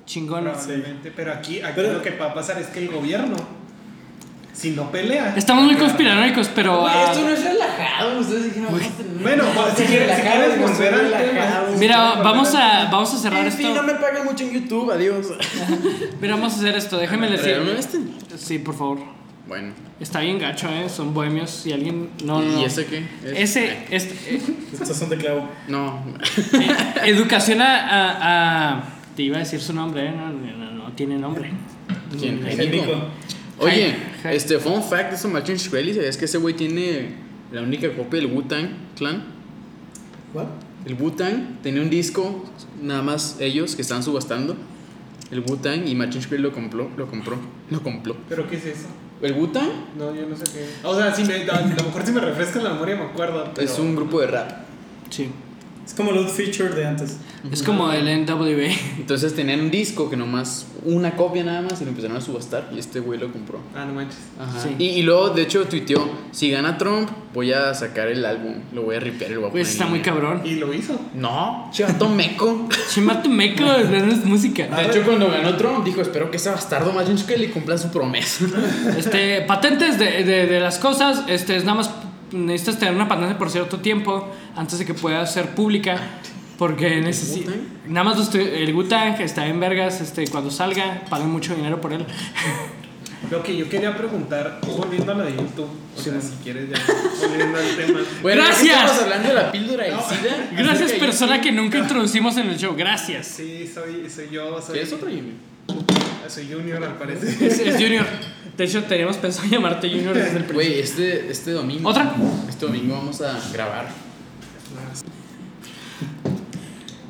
Speaker 2: Chingón.
Speaker 4: Probablemente, pero aquí, aquí
Speaker 1: Pero-
Speaker 4: lo que va a pasar es que el gobierno, si no pelea.
Speaker 2: Estamos muy conspiranoicos, pero.
Speaker 3: Güey,
Speaker 2: ah,
Speaker 3: esto no es relajado. Ustedes dijeron, vamos a tener-
Speaker 4: Bueno, pues, si quieres- si quieres
Speaker 3: Relajados,
Speaker 4: volver al
Speaker 3: relajados.
Speaker 4: tema.
Speaker 2: ah, Mira, vamos a, vamos a cerrar
Speaker 3: En fin, no
Speaker 2: esto.
Speaker 3: me pagan mucho en YouTube, adiós.
Speaker 2: Mira, vamos a hacer esto. Déjenme
Speaker 3: ¿Traerme
Speaker 2: decir.
Speaker 3: este?
Speaker 2: Sí, por favor.
Speaker 3: Bueno.
Speaker 2: Está bien gacho, ¿eh? Son bohemios. Si alguien. No, no. no.
Speaker 3: ¿Y ese qué?
Speaker 2: Ese. Este,
Speaker 1: Estos son de clavo.
Speaker 3: No.
Speaker 2: [LAUGHS] Educación a, a- a- Te iba a decir su nombre, ¿eh? no, no, no, no tiene nombre.
Speaker 3: ¿Quién?
Speaker 1: Nico.
Speaker 3: Oye,
Speaker 2: Hype, hype.
Speaker 3: este, fun fact de eso, Martin Shkreli, ¿sabías que ese güey tiene la única copia del Wu-Tang Clan?
Speaker 1: ¿What?
Speaker 3: El Wu-Tang tenía un disco, nada más ellos que estaban subastando. El Wu-Tang y Martin Shkreli lo compró, lo compró, lo compró.
Speaker 4: ¿Pero qué es eso?
Speaker 3: El Wu-Tang
Speaker 4: No, yo no sé qué. O sea, si me, a, a lo mejor si me refrescas la memoria me acuerdo. pero-
Speaker 3: es un grupo de rap.
Speaker 2: Sí.
Speaker 1: Es como los feature de antes.
Speaker 2: Es como el NWA.
Speaker 3: Entonces tenían un disco que nomás, una copia nada más, y lo empezaron a subastar y este güey lo compró.
Speaker 4: Ah, no manches.
Speaker 3: Ajá.
Speaker 2: Sí.
Speaker 3: Y, y luego, de hecho, tuiteó, si gana Trump, voy a sacar el álbum, lo voy a ripear, lo voy a
Speaker 2: Pues
Speaker 3: poner
Speaker 2: está
Speaker 3: en
Speaker 2: muy
Speaker 3: línea".
Speaker 2: cabrón.
Speaker 4: Y lo hizo.
Speaker 3: No, chivato meco.
Speaker 2: Chimatumeco, no es música.
Speaker 3: [LAUGHS] De hecho, cuando ganó Trump, dijo, espero que ese bastardo Martin Shkreli cumpla su promesa. [LAUGHS]
Speaker 2: Este, patentes de, de- de las cosas, este, es nada más necesitas tener una patente por cierto tiempo antes de que pueda ser pública. Porque necesita.
Speaker 3: Wu-Tang?
Speaker 2: Nada más los tu- el Wu-Tang está en vergas. Este, cuando salga, paguen mucho dinero
Speaker 3: [LAUGHS]
Speaker 2: por él.
Speaker 4: Lo que yo quería preguntar, volviendo a lo de YouTube, o sea, si quieres ya, volviendo al tema.
Speaker 3: Bueno,
Speaker 2: Gracias.
Speaker 3: ya que estamos hablando de la píldora del SIDA.
Speaker 2: Gracias,
Speaker 3: así que-
Speaker 2: persona que nunca introducimos en el show. Gracias.
Speaker 4: Sí, soy, soy yo, soy,
Speaker 3: ¿Qué es otro Jimmy?
Speaker 4: soy Junior al parecer.
Speaker 2: Es, [LAUGHS] es Junior. De hecho, teníamos pensado llamarte Junior desde el principio.
Speaker 3: Güey, este, este domingo.
Speaker 2: ¿Otra?
Speaker 3: Este domingo vamos a grabar.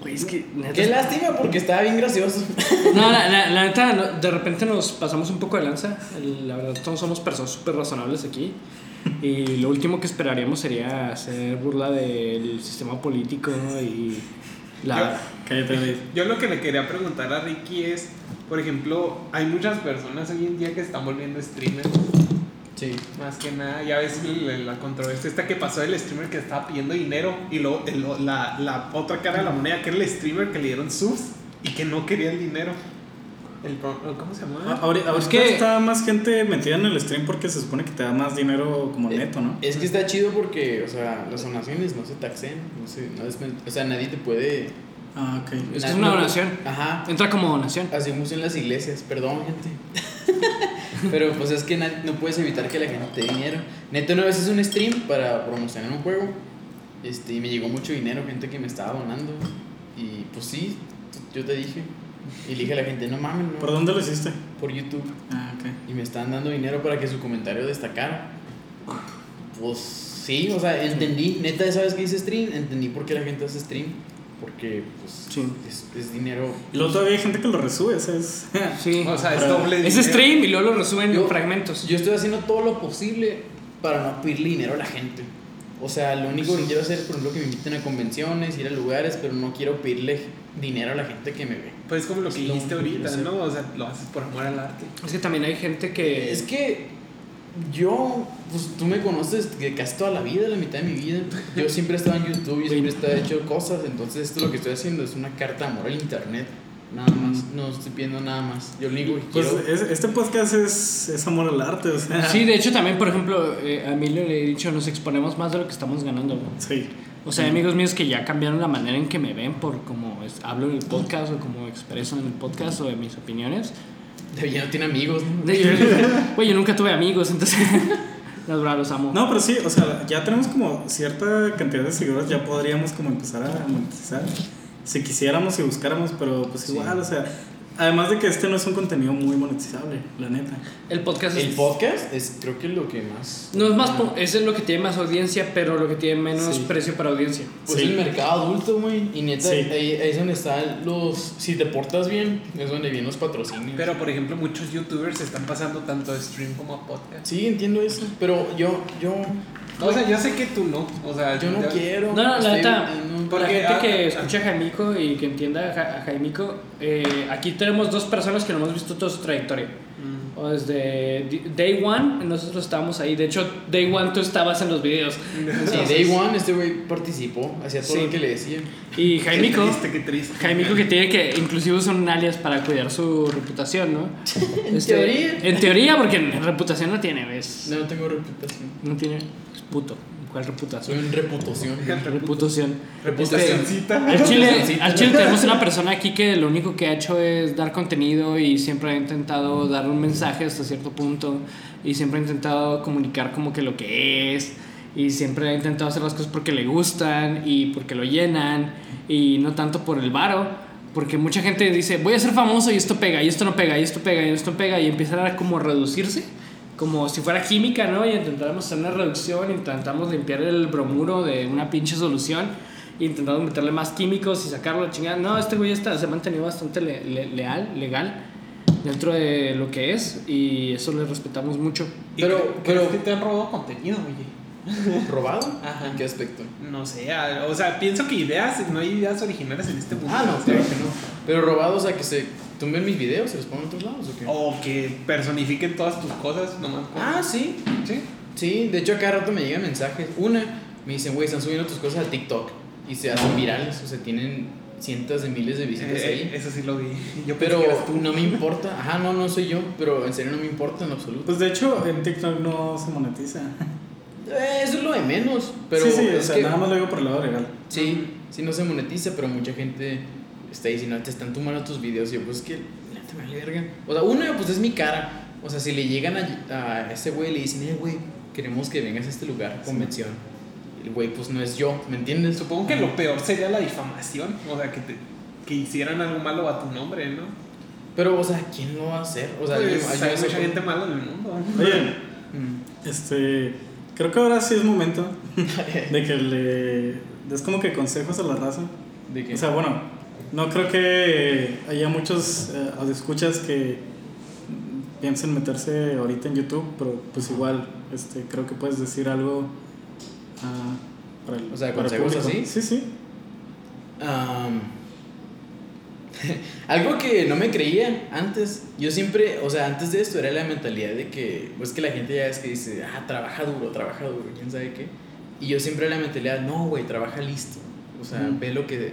Speaker 2: Güey, es que neta-
Speaker 3: Qué lástima porque estaba bien gracioso.
Speaker 2: No, la, la, la neta, no, de repente nos pasamos un poco de lanza. El- La verdad, todos somos personas súper razonables aquí. Y lo último que esperaríamos sería hacer burla del sistema político y la.
Speaker 1: Cállate, Luis.
Speaker 4: Yo lo que le quería preguntar a Ricky es, por ejemplo, hay muchas personas hoy en día que están volviendo streamers,
Speaker 3: Sí.
Speaker 4: más que nada, ya ves la, la controversia esta que pasó del streamer que estaba pidiendo dinero y luego el- la, la otra cara de la moneda que era el streamer que le dieron subs y que no quería el dinero. El, pro- ¿Cómo se
Speaker 3: Ah,
Speaker 1: A-
Speaker 2: Ah,
Speaker 4: llama?
Speaker 1: Ah, Ahorita, ahorita
Speaker 2: que-
Speaker 1: está más gente metida en el stream porque se supone que te da más dinero como neto, ¿no?
Speaker 3: Es que está chido porque, o sea, las donaciones no se taxen. No se, no es- o sea, nadie te puede.
Speaker 1: Ah, ok.
Speaker 2: Es que
Speaker 3: na-
Speaker 2: es una
Speaker 3: no-
Speaker 2: donación.
Speaker 3: Ajá.
Speaker 2: Entra como donación.
Speaker 3: Así en las iglesias, perdón, gente. [LAUGHS] Pero pues es que na- no puedes evitar que la gente te dé dinero. Neta, una vez hice un stream para promocionar un juego. Este, y me llegó mucho dinero, gente que me estaba donando. Y pues sí, t- yo te dije. Y le dije a la gente, no mames, no,
Speaker 1: ¿Por dónde lo hiciste?
Speaker 3: por YouTube.
Speaker 1: Ah, ok.
Speaker 3: Y me están dando dinero para que su comentario destacara. Pues sí, o sea, entendí. Neta, esa vez que hice stream, entendí por qué la gente hace stream. Porque pues
Speaker 2: Sí.
Speaker 3: es, es dinero.
Speaker 1: Y luego todavía hay gente que lo resube, ese es.
Speaker 2: Sí.
Speaker 4: Ah, O sea, es doble
Speaker 2: Es
Speaker 4: dinero.
Speaker 2: stream y luego lo resuben en
Speaker 3: Yo-
Speaker 2: fragmentos.
Speaker 3: Yo estoy haciendo todo lo posible para no pedirle dinero a la gente. O sea, lo único que quiero hacer es, por ejemplo, que me inviten a convenciones, ir a lugares, pero no quiero pedirle dinero a la gente que me ve.
Speaker 4: Pues como lo que
Speaker 3: Es lo
Speaker 4: dijiste
Speaker 3: único que
Speaker 4: ahorita,
Speaker 3: sé.
Speaker 4: ¿no? O sea, lo haces por amor al arte.
Speaker 2: Es que también hay gente que.
Speaker 3: Es que yo, pues tú me conoces que casi toda la vida, la mitad de mi vida. Yo siempre he estado en YouTube, yo siempre he estado hecho cosas, entonces esto lo que estoy haciendo es una carta de amor al internet. Nada más, no estoy pidiendo nada más. Yo lo único que
Speaker 1: Pues
Speaker 3: quiero.
Speaker 1: es- este podcast es, es amor al arte, o sea.
Speaker 2: Sí, de hecho, también, por ejemplo, eh, a Emilio le he dicho, nos exponemos más de lo que estamos ganando. ¿no?
Speaker 1: Sí.
Speaker 2: O sea, hay amigos míos que ya cambiaron la manera en que me ven por cómo es- hablo en el podcast o cómo expreso en el podcast o de
Speaker 1: [LAUGHS]
Speaker 2: mis opiniones.
Speaker 3: David ya no tiene amigos. ¿no?
Speaker 2: De- yo- Güey, yo nunca tuve amigos, entonces. [LAUGHS] Los bra, los amo.
Speaker 1: No, pero sí, o sea, ya tenemos como cierta cantidad de seguidores, ya podríamos como empezar a monetizar si quisiéramos y buscáramos, pero pues
Speaker 3: Sí.
Speaker 1: igual, o sea, además de que este no es un contenido muy monetizable, la neta.
Speaker 2: El podcast es.
Speaker 3: El podcast es, creo que, lo que más
Speaker 2: no es más. po- Ese es lo que tiene más audiencia, pero lo que tiene menos
Speaker 1: Sí.
Speaker 2: precio para audiencia.
Speaker 3: Pues
Speaker 1: Sí.
Speaker 3: el mercado adulto, güey. Y neta,
Speaker 1: Sí.
Speaker 3: ahí, ahí es donde están los. Si te portas bien, es donde vienen los patrocinios.
Speaker 4: Pero por ejemplo, muchos youtubers se están pasando tanto de stream como a podcast.
Speaker 3: sí, entiendo eso. Pero yo, yo,
Speaker 4: O sea, yo sé que tú no. O sea,
Speaker 3: yo no
Speaker 4: ya-
Speaker 3: quiero.
Speaker 2: No, no, la
Speaker 3: Estoy-
Speaker 2: neta.
Speaker 3: no.
Speaker 4: Porque,
Speaker 2: la gente
Speaker 4: ah,
Speaker 2: que
Speaker 4: ah,
Speaker 2: escucha a Jaimico y que entienda a, Ja- a Jaimico, eh, aquí tenemos dos personas que no hemos visto toda su trayectoria. O desde di- Day One, nosotros estábamos ahí. De hecho, Day One tú estabas en los videos.
Speaker 3: Sí, Day One, este güey participó, hacía todo
Speaker 2: Sí.
Speaker 3: lo que le decían.
Speaker 2: Y
Speaker 4: Qué
Speaker 2: Jaimico,
Speaker 4: triste, qué triste.
Speaker 2: Jaimico que tiene que inclusive usar un alias para cuidar su reputación, ¿no?
Speaker 3: [LAUGHS] En teoría.
Speaker 2: En teoría, porque reputación no tiene, ¿ves?
Speaker 3: No, no tengo reputación.
Speaker 2: No tiene. Es puto. ¿Cuál
Speaker 3: Soy
Speaker 2: reputación?
Speaker 3: un
Speaker 4: [LAUGHS]
Speaker 3: reputación.
Speaker 2: Reputación. Este,
Speaker 4: Reputacioncita. [LAUGHS]
Speaker 2: Al chile,
Speaker 3: Reputacioncita.
Speaker 2: al chile tenemos una persona aquí que lo único que ha hecho es dar contenido y siempre ha intentado dar un mensaje hasta cierto punto y siempre ha intentado comunicar como que lo que es y siempre ha intentado hacer las cosas porque le gustan y porque lo llenan y no tanto por el varo. Porque mucha gente dice, voy a ser famoso y esto pega, y esto no pega, y esto pega, y esto pega, y empiezan a como reducirse, como si fuera química, ¿no? Y intentamos hacer una reducción, intentamos limpiar el bromuro de una pinche solución, e intentamos meterle más químicos y sacarlo, la chingada. No, este güey está, se ha mantenido bastante le- le- leal, legal, dentro de lo que es, y eso le respetamos mucho.
Speaker 4: Pero, pero que te han robado contenido, oye.
Speaker 3: ¿Robado?
Speaker 4: Ajá.
Speaker 3: ¿En qué aspecto?
Speaker 4: No sé, a- o sea, pienso que ideas, no hay ideas originales en este mundo.
Speaker 3: Ah, no,
Speaker 4: O sea,
Speaker 3: claro que no. Pero robado, o sea, que se tumben mis videos y los pongan en otros lados, ¿o qué?
Speaker 4: O que personifiquen todas tus cosas, nomás. con-
Speaker 3: Ah, sí.
Speaker 4: sí.
Speaker 3: Sí, de hecho, a cada rato me llegan mensajes. Una, me dicen, güey, están subiendo tus cosas a TikTok y se hacen virales, o sea, tienen cientos de miles de visitas
Speaker 4: Eh,
Speaker 3: ahí.
Speaker 4: eh, eso sí lo vi. [LAUGHS] Yo pensé
Speaker 3: pero
Speaker 4: que eras tú.
Speaker 3: no me importa. Ajá, no, no soy yo, pero en serio no me importa en absoluto.
Speaker 1: Pues de hecho, en TikTok no se monetiza.
Speaker 3: Eh, eso es lo de menos, pero
Speaker 1: sí, sí, o
Speaker 3: es
Speaker 1: sea,
Speaker 3: que
Speaker 1: nada más lo digo por el lado legal.
Speaker 3: sí, sí no se monetiza, pero mucha gente está diciendo, "Ah, te están tomando tus videos y yo, pues que la te vale verga. O sea, una pues es mi cara. O sea, si le llegan a, a ese güey y le dicen, "Eh, güey, queremos que vengas a este lugar, convención." El güey pues no es yo, ¿me entiendes?
Speaker 4: Supongo que lo peor sería la difamación. O sea, que te que hicieran algo malo a tu nombre, ¿no?
Speaker 3: Pero, o sea, ¿quién lo va a hacer? O sea,
Speaker 4: Pues,
Speaker 3: yo- yo
Speaker 4: hay
Speaker 3: sé
Speaker 4: mucha
Speaker 3: por-
Speaker 4: gente mala en el mundo.
Speaker 1: Oye,
Speaker 3: Mm.
Speaker 1: este. Creo que ahora sí es
Speaker 3: [LAUGHS]
Speaker 1: momento de que le des como que consejos a la raza.
Speaker 3: ¿De qué?
Speaker 1: O sea, bueno, no creo que haya muchos eh, escuchas que piensen meterse ahorita en YouTube, pero pues igual, este, creo que puedes decir algo ah, para el,
Speaker 3: O sea,
Speaker 1: para el
Speaker 3: consejos
Speaker 1: público.
Speaker 3: así.
Speaker 1: Sí, sí.
Speaker 3: Am, [LAUGHS] algo que no me creía antes, yo siempre, o sea, antes de esto era la mentalidad de que, pues que la gente ya es que dice, ah, trabaja duro, trabaja duro, quién sabe qué. Y yo siempre era la mentalidad, no, güey, trabaja listo. O sea,
Speaker 1: Mm.
Speaker 3: ve lo que,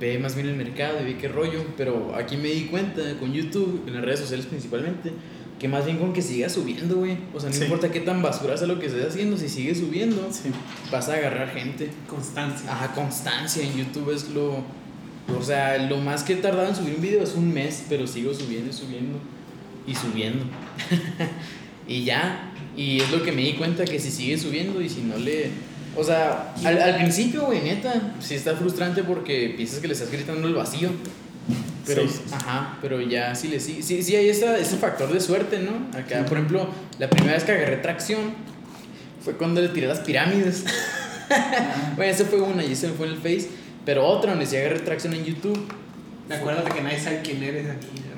Speaker 3: ve más bien el mercado y ve qué rollo. Pero aquí me di cuenta, con YouTube, en las redes sociales principalmente, que más bien con que siga subiendo, güey. O sea, no
Speaker 1: Sí.
Speaker 3: importa qué tan basura sea lo que estés haciendo, si sigues subiendo,
Speaker 1: sí.
Speaker 3: vas a agarrar gente.
Speaker 4: [LAUGHS] Constancia.
Speaker 3: Ajá, constancia en YouTube es lo. O sea, lo más que he tardado en subir un video es un mes, pero sigo subiendo y subiendo y subiendo. y ya. Y es lo que me di cuenta que si sigue subiendo y si no le. O sea, al, al principio, güey, neta, sí está frustrante porque piensas que le estás gritando el vacío. Pero,
Speaker 1: Sí.
Speaker 3: ajá, pero ya sí le sigue. Sí, sí, hay esa- ese factor de suerte, ¿no? Acá, por ejemplo, la primera vez que agarré tracción fue cuando le tiré las
Speaker 1: [LAUGHS]
Speaker 3: pirámides. Bueno, esa fue una y esa fue en el Face. Pero otra donde sí agarré tracción en YouTube.
Speaker 4: Acuérdate que nadie sabe quién eres aquí. ahorita.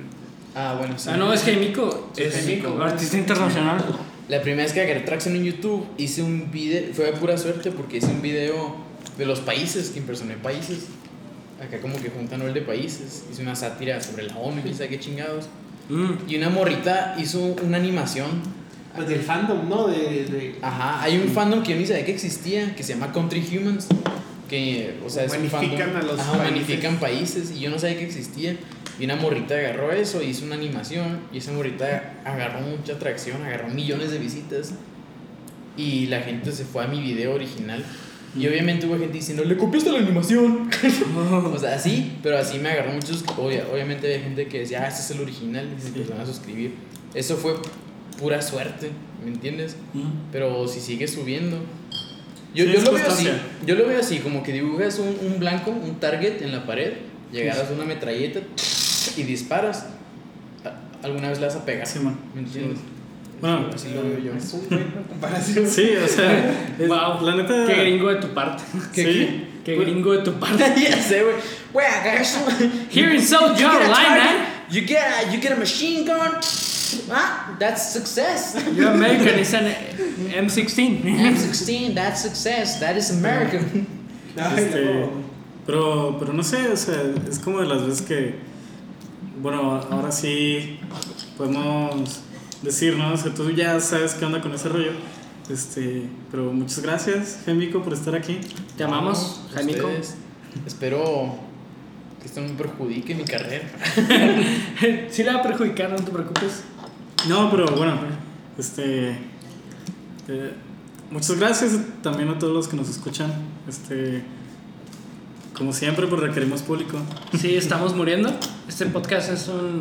Speaker 3: Ah, bueno, sí.
Speaker 2: Ah, no, es Jaimico,
Speaker 3: Es Jaimico.
Speaker 2: artista internacional.
Speaker 3: La primera vez que agarré tracción en YouTube hice un video. Fue de pura suerte porque hice un video de los países, que impersoné países. Acá como que juntan el de países. Hice una sátira sobre la ONU y quién sabe qué chingados.
Speaker 2: Mm.
Speaker 3: Y una morrita hizo una animación.
Speaker 4: Pues del fandom, ¿no? De, de-
Speaker 3: Ajá, hay un fandom que yo ni sabía que existía, que se llama Country Humans, que, o sea, es un fandom...
Speaker 4: Humanifican a los
Speaker 3: Ajá,
Speaker 4: países.
Speaker 3: humanifican países, y yo no sabía que existía. Y una morrita agarró eso, hizo una animación, y esa morrita agarró mucha atracción, agarró millones de visitas, y la gente se fue a mi video original. Y obviamente hubo gente diciendo, le copiaste la
Speaker 4: [LAUGHS]
Speaker 3: animación. o sea, así, pero así me agarró muchos. obvia- obviamente había gente que decía, ah, este es el original, y se empezaron a suscribir. Eso fue pura suerte, ¿me entiendes? Pero si sigue subiendo. Yo,
Speaker 1: Sí,
Speaker 3: yo
Speaker 1: es
Speaker 3: lo veo así.
Speaker 1: constancia.
Speaker 3: Yo lo veo así, como que dibujas un, un blanco, un target en la pared, llegaras a una metralleta y disparas. A- Alguna vez la vas a pegar.
Speaker 1: Sí, man.
Speaker 3: ¿Me entiendes?
Speaker 1: Bueno,
Speaker 3: así lo veo yo.
Speaker 4: Es un buen [LAUGHS] comparación.
Speaker 1: Sí, o sea, es-
Speaker 2: Wow.
Speaker 1: la neta.
Speaker 2: Qué gringo de tu parte.
Speaker 1: Sí.
Speaker 3: ¿Qué-
Speaker 2: Qué gringo de tu parte.
Speaker 3: [LAUGHS] ya sé, güey. Güey, agarras un-
Speaker 2: Here in South
Speaker 3: You get a target,
Speaker 2: Carolina,
Speaker 3: you get a, you get a machine gun. Ah, that's success.
Speaker 2: you're American, it's an M16.
Speaker 3: M16, that's success. That is American.
Speaker 4: Ay,
Speaker 1: Este,
Speaker 4: no.
Speaker 1: pero, pero no sé, o sea, es como de las veces que, bueno, ahora sí podemos decirnos que tú ya sabes qué onda con ese rollo. Este, pero muchas gracias, Gémico, por estar aquí.
Speaker 2: Te amamos,
Speaker 3: Vamos,
Speaker 2: Jaimico.
Speaker 3: ustedes. Espero que esto no perjudique mi carrera.
Speaker 2: [LAUGHS] Sí la va a perjudicar, no te preocupes.
Speaker 1: No, pero bueno, este, eh, muchas gracias también a todos los que nos escuchan. Este, como siempre, pues requerimos público.
Speaker 2: Sí, estamos muriendo. Este podcast es un...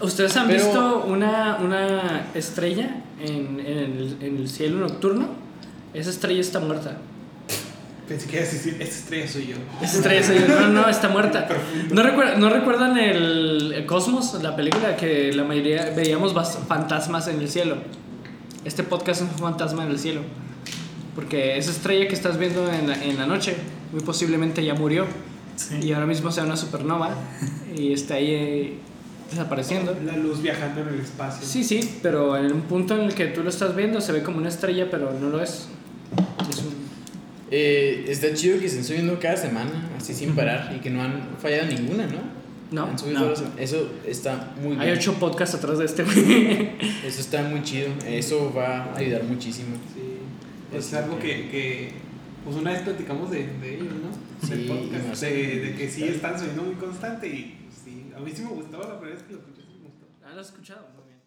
Speaker 2: ¿Ustedes han
Speaker 3: Pero-
Speaker 2: visto una, una estrella en, en el, en el cielo nocturno? Esa estrella está muerta.
Speaker 4: Pensé que ibas a decir, esta estrella soy yo.
Speaker 2: Es estrella, soy yo. No, no, está muerta. ¿No, recuer- ¿No recuerdan el el Cosmos, la película que la mayoría veíamos bas- fantasmas en el cielo? Este podcast es un fantasma en el cielo. Porque esa estrella que estás viendo en la, en la noche, muy posiblemente ya murió.
Speaker 1: Sí.
Speaker 2: Y ahora mismo sea una supernova y está ahí eh, desapareciendo.
Speaker 4: La luz viajando en el espacio.
Speaker 2: Sí, sí, pero en un punto en el que tú lo estás viendo se ve como una estrella, pero no lo es. Es un-
Speaker 3: Eh, está chido que estén subiendo cada semana, así sin parar, y que no han fallado ninguna, ¿no?
Speaker 2: No,
Speaker 3: Han subido
Speaker 2: no.
Speaker 3: todas las- Eso está muy
Speaker 2: Hay
Speaker 3: bien.
Speaker 2: ocho podcasts atrás de este,
Speaker 3: [LAUGHS]
Speaker 2: güey.
Speaker 3: Eso está muy chido. Eso va a ayudar muchísimo.
Speaker 4: Sí. Es algo que, que pues una vez platicamos de, de ellos, ¿no?
Speaker 3: Sí,
Speaker 4: Del
Speaker 3: y
Speaker 4: podcast.
Speaker 3: más-
Speaker 4: De, de que sí están subiendo muy constante y pues, sí. A mí sí me gustaba la primera vez que lo escuché, sí me gustaba.
Speaker 2: Ah, lo has escuchado, muy bien.